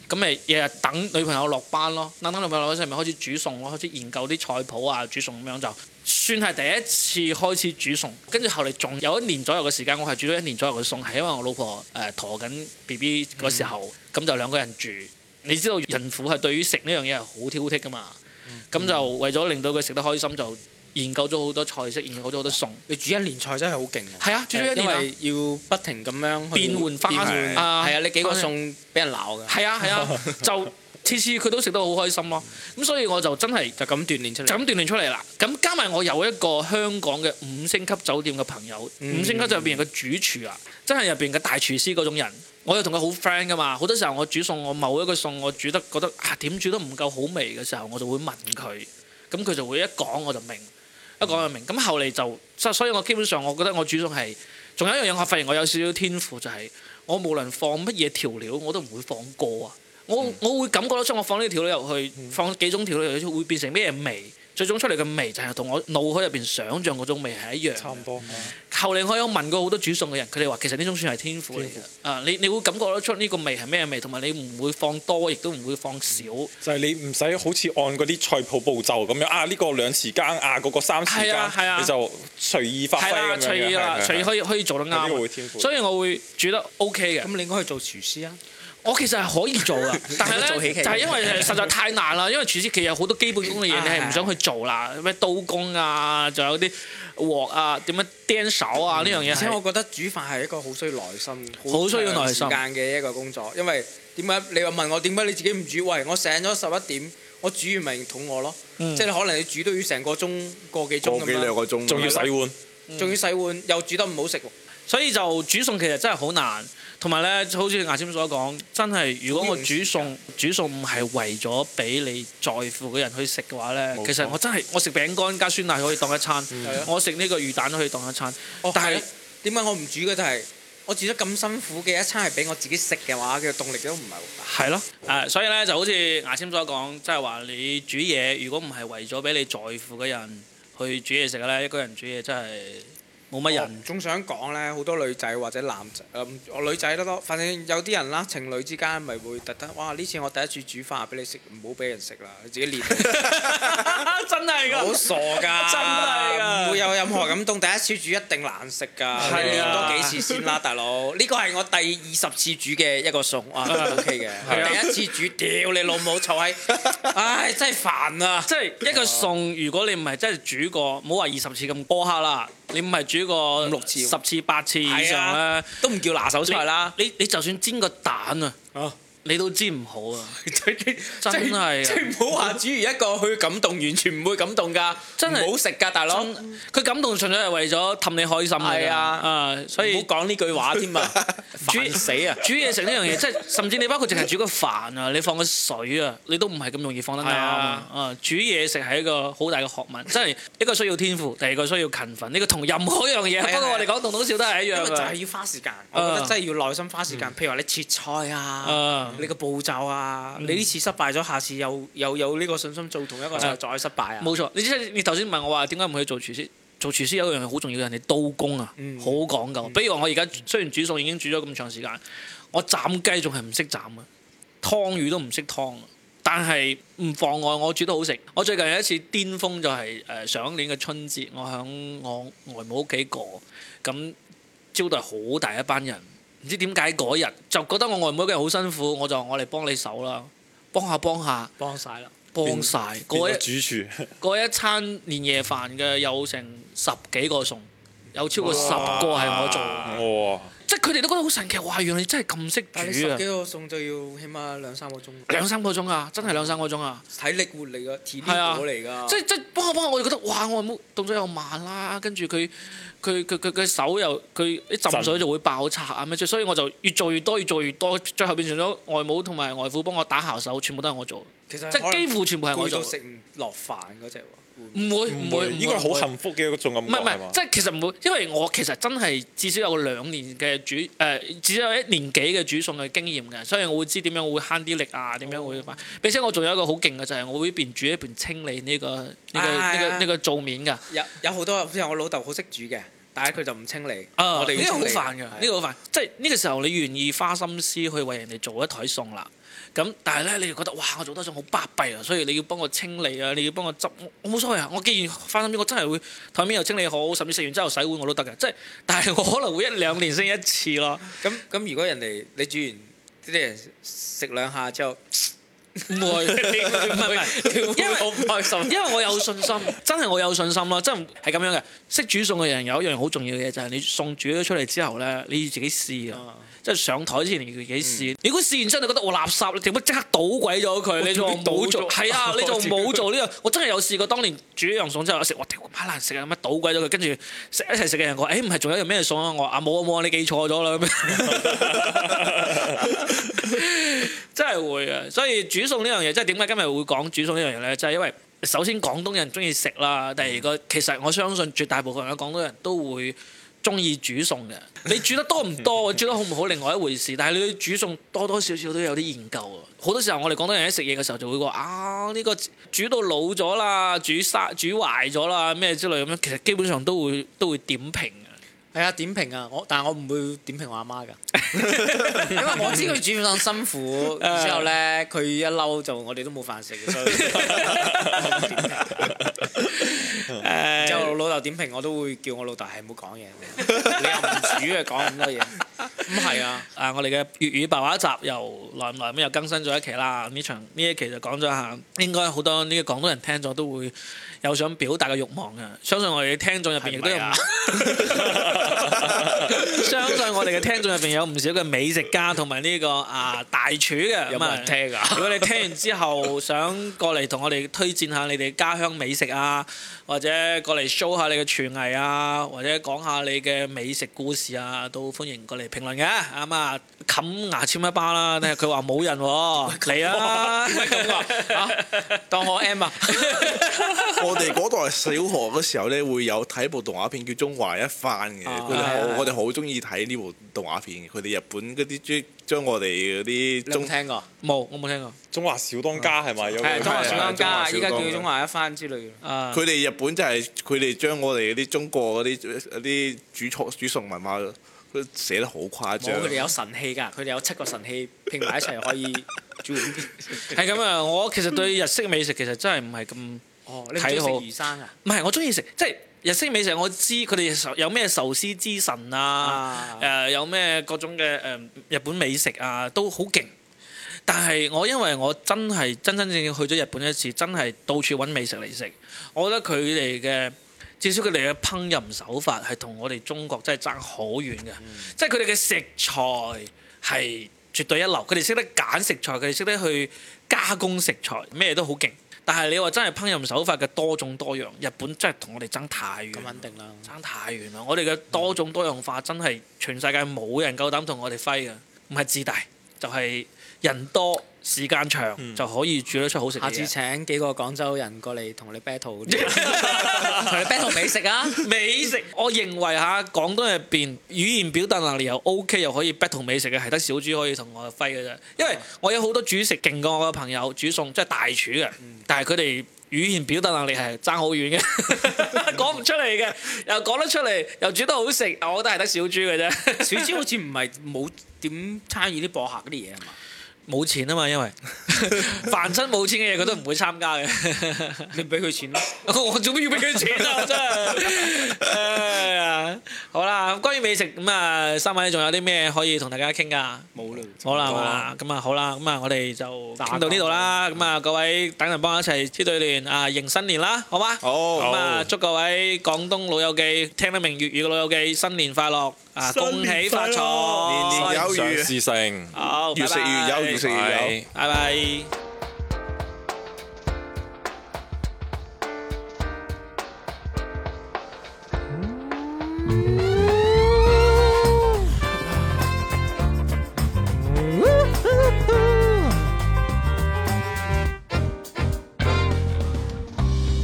Speaker 1: 咁咪日日等女朋友落班咯，等等女朋友落班之後咪開始煮餸咯，開始研究啲菜譜啊，煮餸咁樣就算係第一次開始煮餸，跟住後嚟仲有一年左右嘅時間，我係煮咗一年左右嘅餸，係因為我老婆誒陀緊 B B 嗰時候，咁、就兩個人住，你知道孕婦係對於食呢樣嘢係好挑剔噶嘛，咁就為咗令到佢食得開心就。研究咗好多菜式，研究咗好多餸，
Speaker 6: 你煮一年菜真係好勁喎！
Speaker 1: 係啊煮咗一年啊
Speaker 6: 因為要不停咁樣去
Speaker 1: 變換花
Speaker 6: 變換
Speaker 1: 啊
Speaker 6: 係啊，你幾個
Speaker 1: 花
Speaker 6: 餸俾人鬧㗎，
Speaker 1: 係啊係 啊，就次次佢都食得好開心咯。咁所以我就真係
Speaker 6: 就咁鍛鍊出
Speaker 1: 就
Speaker 6: 嚟。
Speaker 1: 咁鍛鍊出嚟啦。咁加埋我有一個香港嘅五星級酒店嘅朋友，
Speaker 6: 嗯
Speaker 1: 五星級酒店入邊嘅主廚啊，真係入邊嘅大廚師嗰種人。我又同佢好 friend 噶嘛，好多時候我煮餸，我某一個餸我煮得覺得啊點煮都唔夠好味嘅時候，我就會問佢，咁佢就會一講我就明，一講就明。咁後嚟就所所以，我基本上我覺得我煮餸係，仲有一樣嘢我發現我有少少天賦就係、我無論放乜嘢調料我都唔會放過啊！我、我會感覺得出我放呢啲調料入去，放幾種調料入去會變成咩味？最終出嚟嘅味就係同我腦海入邊想像嗰種味係一樣。
Speaker 3: 差唔多。
Speaker 1: 後嚟我有問過好多煮餸嘅人，佢哋話其實呢種算係天賦嚟嘅。啊，你你會感覺得出呢個味係咩味，同埋你唔會放多，亦都唔會放少。
Speaker 3: 就係你唔使好似按嗰啲菜譜步驟咁樣啊，呢個兩匙羹啊，嗰個三匙
Speaker 1: 係啊係啊
Speaker 3: 羹，你就隨意發
Speaker 1: 係
Speaker 3: 揮咁
Speaker 1: 啦，
Speaker 3: 樣啊
Speaker 1: 隨意啦，隨意可
Speaker 3: 以
Speaker 1: 以可以做得
Speaker 3: 呢個
Speaker 1: 啱
Speaker 3: 會天賦
Speaker 1: 啊。所以我會煮得 OK 嘅。
Speaker 6: 咁你應該去做廚師啊！
Speaker 1: 我其實係可以做噶， 但係
Speaker 6: 做
Speaker 1: 咧
Speaker 6: 喜劇
Speaker 1: 就係因為實在太難啦，因為廚師其實有好多基本功嘅嘢，你係唔想去做啦，咩刀工啊，仲有啲鑊啊，點樣釘手啊呢樣嘢
Speaker 6: 而且我
Speaker 1: 係
Speaker 6: 覺得煮飯係一個好需要耐心、
Speaker 1: 好需要耐心
Speaker 6: 長時間嘅一個工作，因為點解你話問我點解你自己唔煮？喂，我醒咗十一點，我煮完咪肚餓咯，
Speaker 1: 嗯
Speaker 6: 即係你可能你煮都要成個鐘、個幾鐘
Speaker 4: 個幾
Speaker 6: 咁
Speaker 4: 兩
Speaker 6: 樣，
Speaker 4: 個鐘，啊
Speaker 3: 仲要洗碗，
Speaker 6: 仲要洗碗，又煮得唔好食喎。
Speaker 1: 所以就煮餸其實真係好難，同埋咧好似牙籤所講，真係如果我煮餸煮餸唔係為咗俾你在乎嘅人去食嘅話咧，其實我真係我食餅乾加酸奶可以當一餐，我食呢個魚蛋可以當一餐，
Speaker 6: 哦，
Speaker 1: 但
Speaker 6: 但
Speaker 1: 係
Speaker 6: 係點解我唔煮嘅就係、我煮得咁辛苦嘅一餐係俾我自己食嘅話，嘅動力都唔係好大。
Speaker 1: 係咯，誒、所以咧就好似牙籤所講，即係話你煮嘢，如果唔係為咗俾你在乎嘅人去煮嘢食嘅咧，一個人煮嘢真係冇乜
Speaker 6: 我
Speaker 1: 人。
Speaker 6: 仲想講咧，好多女仔或者男仔，誒、呃我女仔都多，反正有啲人啦，情侶之間咪會特登，哇！呢次我第一次煮飯俾你食，唔好俾人食啦，你自己練。
Speaker 1: 真係㗎
Speaker 6: 好傻㗎，
Speaker 1: 真係㗎
Speaker 6: 唔會有任何感動。第一次煮一定難食㗎，你
Speaker 1: 係
Speaker 6: 練
Speaker 1: 啊
Speaker 6: 多幾次先 啦，大佬。呢個係我第二十次煮嘅一個餸，哇，OK
Speaker 2: 啊
Speaker 6: 嘅。第一次煮，屌你老母，臭閪，唉，真係煩啊！
Speaker 1: 即係一個餸，如果你唔係真係煮過，唔好話二十次咁苛刻啦，你唔係煮過五
Speaker 6: 六次
Speaker 1: 十次八次以上
Speaker 6: 係
Speaker 1: 咧
Speaker 6: 啊，都唔叫拿手菜啦。
Speaker 1: 你你就算煎個蛋啊，你都知唔好啊！
Speaker 2: 真
Speaker 1: 真係啊
Speaker 2: 即係唔好話煮完一個去感動，完全唔會感動㗎，
Speaker 1: 真係
Speaker 2: 唔好食㗎，大佬。
Speaker 1: 嗯佢感動純粹係為咗氹你開心㗎
Speaker 2: 係
Speaker 1: 咋
Speaker 2: 啊
Speaker 1: 啊，所以
Speaker 2: 唔好講呢句話添 啊，
Speaker 1: 煮
Speaker 2: 煩死啊！
Speaker 1: 煮嘢食呢樣嘢，即係甚至你包括淨係煮個飯啊，你放個水啊，你都唔係咁容易放得啱啊！啊，煮嘢食係一個好大嘅學問，真係一個需要天賦，第二個需要勤奮，呢個同任何一樣嘢，
Speaker 2: 係啊
Speaker 1: 不過我哋講棟棟笑都係一
Speaker 6: 因
Speaker 1: 樣啊
Speaker 6: 為就係
Speaker 1: 嘅。
Speaker 6: 要花時間，我覺得真係要耐心花時
Speaker 2: 嗯
Speaker 6: 間。譬如話你切菜啊
Speaker 1: 嗯，
Speaker 6: 你個步驟啊，你呢次失敗咗，下次又又有呢個信心做同一個
Speaker 1: 係
Speaker 6: 菜再失敗啊。
Speaker 1: 冇錯，你即係你頭先問我話點解唔去做廚師？做廚師有一樣嘢好重要嘅，人哋刀工啊，
Speaker 6: 嗯
Speaker 1: 好講究。比如話我而家雖然煮餸已經煮咗咁長時間，我斬雞仲係唔識斬啊，湯魚都唔識湯啊。但係唔妨礙我煮得好食。我最近有一次巔峰就係、呃上一年嘅春節，我喺我外母屋企過，咁招待好大一班人。唔知點解嗰日就覺得我外母嘅人好辛苦，我就話我嚟幫你手啦，幫下幫下
Speaker 6: 幫晒啦，
Speaker 1: 幫晒
Speaker 3: 變
Speaker 1: 嗰一
Speaker 3: 咗主廚，
Speaker 1: 嗰一餐年夜飯嘅有成十幾個餸，有超過十個係我做嘅，
Speaker 3: 哇！
Speaker 1: 即係佢哋都覺得好神奇。哇！原來你真係咁
Speaker 6: 但係你
Speaker 1: 識
Speaker 6: 十
Speaker 1: 煮
Speaker 6: 幾
Speaker 1: 啊！
Speaker 6: 個餸就要起碼兩三個鐘，
Speaker 1: 兩三個鐘啊，真係兩三個鐘啊！
Speaker 6: 體力活嚟㗎，體力
Speaker 1: 係啊
Speaker 6: 活嚟㗎。
Speaker 1: 即係即係幫下幫下，我就覺得哇！我冇動作又慢啦，跟住佢佢佢佢佢手又佢一浸水就會爆拆啊咩，所以我就越做越多，越做越多，最後變成咗外母同埋外父幫我打下手，全部都係我做，
Speaker 6: 其實
Speaker 1: 即
Speaker 6: 可能
Speaker 1: 係幾乎全部係我
Speaker 6: 攰
Speaker 1: 做
Speaker 6: 到，食唔落飯嗰只喎。
Speaker 1: 唔會唔會
Speaker 3: 應該
Speaker 1: 唔
Speaker 3: 好
Speaker 1: 會
Speaker 3: 幸福嘅一種感
Speaker 1: 唔
Speaker 3: 覺
Speaker 1: 係唔
Speaker 3: 係嘛
Speaker 1: 係，？即係其實唔會，因為我其實真係至少有兩年嘅煮誒、呃至少有一年幾嘅煮餸嘅經驗嘅，所以我會知點樣會慳啲力啊，點樣會快。並且我仲有一個好勁嘅就係、我會一邊煮一邊清理呢、個呢、個呢、
Speaker 6: 啊
Speaker 1: 個
Speaker 6: 啊
Speaker 1: 呢、個做面㗎。
Speaker 6: 有有好多，譬如我老豆好識煮嘅，但係佢就唔清理。
Speaker 1: 啊！
Speaker 6: 我哋
Speaker 1: 呢
Speaker 6: 要
Speaker 1: 個好
Speaker 6: 清理啊
Speaker 1: 煩㗎，呢個好煩。即係呢個時候，你願意花心思去為人哋做一台餸啦。咁但係咧，你就覺得哇，我做得餸好巴閉啊，所以你要幫我清理啊，你要幫我執，我我冇所謂啊。我既然花心思，我真係會台面又清理好，甚至食完之後洗碗我都得嘅。即係，但 係我可能會一兩年先一次咯。
Speaker 6: 咁咁，如果人哋你煮完啲人食兩下之後，
Speaker 1: 唔會，唔係唔係，因為
Speaker 6: 好唔開心。
Speaker 1: 因為我有信心， 真係我有信心咯，真係咁樣嘅。識煮餸嘅人有一樣好重要嘅嘢，就係、你餸煮咗出嚟之後咧，你要自己試啊。即係上台之前你要自己試，你如果試完之後你覺得我垃圾，你點解即刻倒鬼咗佢？你仲話冇做，係啊，你仲話冇做呢樣。我真係有試過，當年煮一樣餸之後，我食我屌咁難食啊，乜倒鬼咗佢，跟住食一齊食嘅人話：，誒唔係仲有一樣咩餸啊？我話啊冇啊冇啊，你記錯咗啦咁樣。 真係會啊！所以煮餸呢樣嘢，即係點解今日會講煮餸呢樣嘢咧？就係因為首先廣東人中意食啦，第二個其實我相信絕大部分嘅廣東人都會中意煮餸嘅。你煮得多唔多，煮得好唔好，另外一回事。但係你對煮餸多多少少都有啲研究啊。好多時候我哋廣東人喺食嘢嘅時候就會話啊，呢個煮到老咗啦，煮沙煮壞咗啦，咩之類咁樣，其實基本上都會都會點評 嘅。
Speaker 6: 係啊，點評啊，我但係我唔會點評我阿媽㗎。
Speaker 2: 因為我知佢煮餸辛 苦，然之後咧
Speaker 6: 佢一嬲就我哋都冇飯食嘅，所以然之後我老豆點評我都會叫我老豆係唔好講嘢，你又唔煮啊講咁多嘢，咁係啊，
Speaker 1: 啊，我哋嘅粵語白話集又耐唔耐咁又更新咗一期啦。呢場呢一期就講咗一下，應該好多呢個廣東人聽咗都會有想表達嘅慾望嘅。相信我哋嘅聽眾入邊亦都有
Speaker 6: 係咪啊
Speaker 1: 唔， 相信我哋嘅聽眾入邊有唔少嘅美食家同埋呢個啊大廚嘅。
Speaker 6: 有
Speaker 1: 咁
Speaker 6: 冇
Speaker 1: 啊
Speaker 6: 人聽啊
Speaker 1: 如果你聽完之後想過嚟同我哋推薦下你哋家鄉美食啊，或者過嚟 show 下你嘅廚藝啊，或者講下你嘅美食故事啊，都歡迎過嚟評論嘅。咁啊，冚牙籤一巴啦！佢話冇人喎，嚟啊！
Speaker 6: 當我 M 啊，
Speaker 4: 我哋嗰代小學嗰時候咧，會有睇部動畫片叫《中華一番》嘅，佢哋
Speaker 6: 係係
Speaker 4: 好我哋好中意睇呢部動畫片嘅。佢哋日本嗰啲將將我哋嗰啲
Speaker 6: 你有冇
Speaker 4: 中
Speaker 6: 聽過？
Speaker 1: 冇，我冇聽過。
Speaker 3: 中華小當家係咪有個
Speaker 6: 係中華小當家
Speaker 4: 中華小當家
Speaker 6: 啊，依家叫中華一番之類嘅。
Speaker 1: 啊，
Speaker 4: 佢哋日本就係佢哋將我哋嗰啲中國嗰啲嗰啲煮菜煮餸文化，佢寫得好誇
Speaker 6: 冇，哦佢哋
Speaker 4: 張。
Speaker 6: 有神器㗎，佢哋有七個神器拼埋一齊可以煮碗面。
Speaker 1: 係咁啊！我其實對日式美食其實真係唔係咁。
Speaker 6: 哦，你唔中意
Speaker 1: 睇
Speaker 6: 食
Speaker 1: 好
Speaker 6: 魚生啊？
Speaker 1: 唔係，我中意食，即係日式美食，我知佢哋壽有咩壽司之神啊，
Speaker 6: 啊
Speaker 1: 誒、有咩各種嘅誒、日本美食啊，都好勁。但係我因為我真係真真正正去咗日本一次，真係到處揾美食嚟食，我覺得佢哋嘅至少佢哋嘅烹飪手法係同我哋中國真係爭好遠嘅，即係佢哋嘅食材係絕對一流，佢哋識得揀食材，佢哋識得去加工食材，咩都好勁。但係你話真係烹飪手法嘅多種多樣，日本真係同我哋爭太遠，
Speaker 2: 咁肯定啦。
Speaker 1: 爭太遠啦！我哋嘅多種多樣化真係全世界冇人夠膽同我哋揮嘅，唔係自大，就係、人多時間長、就可以煮得出好食
Speaker 2: 下
Speaker 1: 嘅
Speaker 2: 次
Speaker 1: 嘢。
Speaker 2: 請幾個廣州人過嚟同你 battle，同你 battle 美食啊！
Speaker 1: 美食，我認為嚇廣東入邊語言表達能力又 OK，又可以 battle 美食嘅，係得小豬可以同我揮嘅啫。因為我有好多煮食勁過我嘅朋友，煮餸即係大廚嘅，但係佢哋語言表達能力係爭好遠嘅， 講唔出嚟嘅，又講得出嚟，又煮得好食，我覺得係得小豬嘅啫。
Speaker 6: 小豬好似唔係冇點參與啲播客嗰啲嘢係啊嘛？
Speaker 1: 冇錢啊嘛，因為 凡親冇錢嘅嘢佢都唔會參加嘅。
Speaker 6: 你俾佢錢咯，
Speaker 1: 我做咩要俾佢錢啊？我真係，哎呀好啦，關於美食咁啊，三位仲有啲咩可以同大家傾噶？
Speaker 6: 冇啦。
Speaker 1: 好啦係嘛，咁啊好啦，咁啊我哋就傾到呢度啦。咁啊各位等人幫我一齊黐對聯啊，迎新年啦，好嘛？
Speaker 4: 好
Speaker 1: 咁啊祝各位廣東老友記聽得明粵語嘅老友記新年快樂啊！恭喜發財，
Speaker 4: 年年有
Speaker 3: 上
Speaker 4: 餘，啊
Speaker 3: 市性，
Speaker 1: 好，
Speaker 4: 越食越有，越食越有。
Speaker 3: 係
Speaker 1: 拜拜。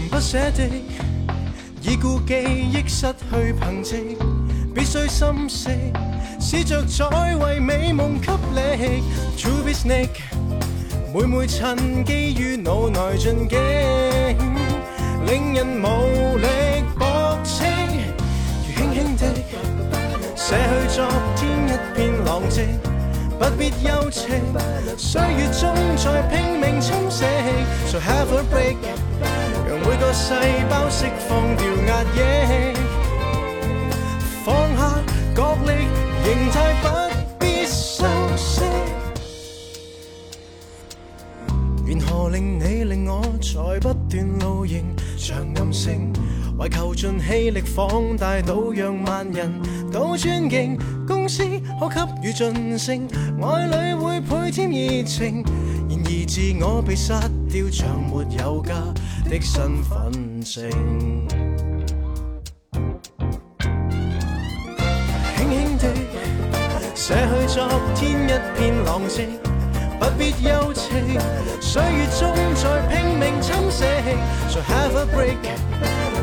Speaker 7: 不捨的，已故記憶失去憑藉，必須心死，試着再為美夢給力。To be snake，每每趁機於腦內進擊，令人無力駁斥。如輕輕的捨去昨天一片狼藉，不必休戚，歲月中再拼命侵蝕。So have a break。讓每個細胞釋放掉壓抑，放下角力，形態不必修飾。緣何令你令我在不斷露營，像任性，為求盡氣力放大到讓萬人都尊敬，公司可給予晉升，愛侶會倍添熱情。然而自我被殺掉，像沒有家的身份證。輕輕地捨去昨天一片狼藉，不必休戚。歲月中再拼命侵蝕，So have a break，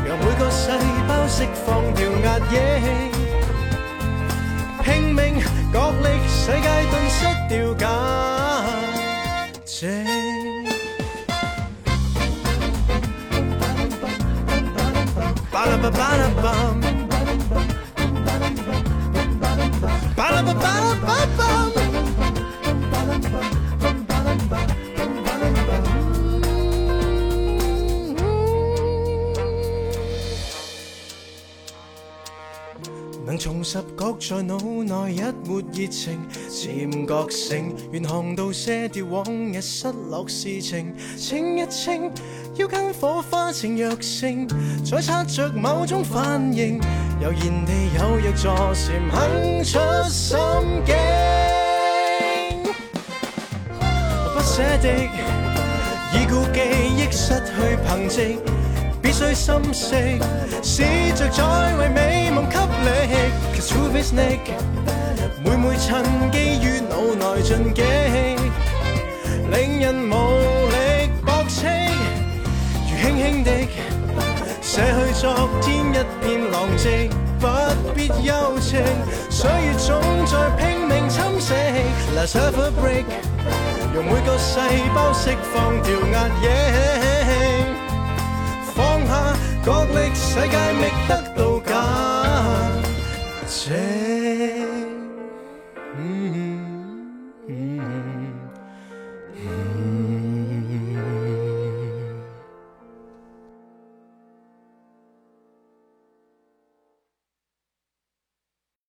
Speaker 7: 讓每個細胞釋放掉壓抑，拼命角力，世界頓失掉假值。巴拉巴巴拉巴。巴拉巴巴拉巴巴。能重拾覺在腦內一抹熱情，漸覺醒，願看到些掉往日失落事情，清一清，要跟火花呈弱性，再擦着某種反應，悠然地有若助禪，肯出心境。不捨的，已故記憶失去憑藉，必須心息，試着再為美夢給力。Cause t o be snake，每每趁機於腦內進擊，令人無力駁斥，如輕輕的。捨去昨天一片狼藉，不必休戚。歲月總在拼命侵蝕，Let's have a break，用每個細胞釋放掉壓抑，放下角力，世界覓得到價值。嗯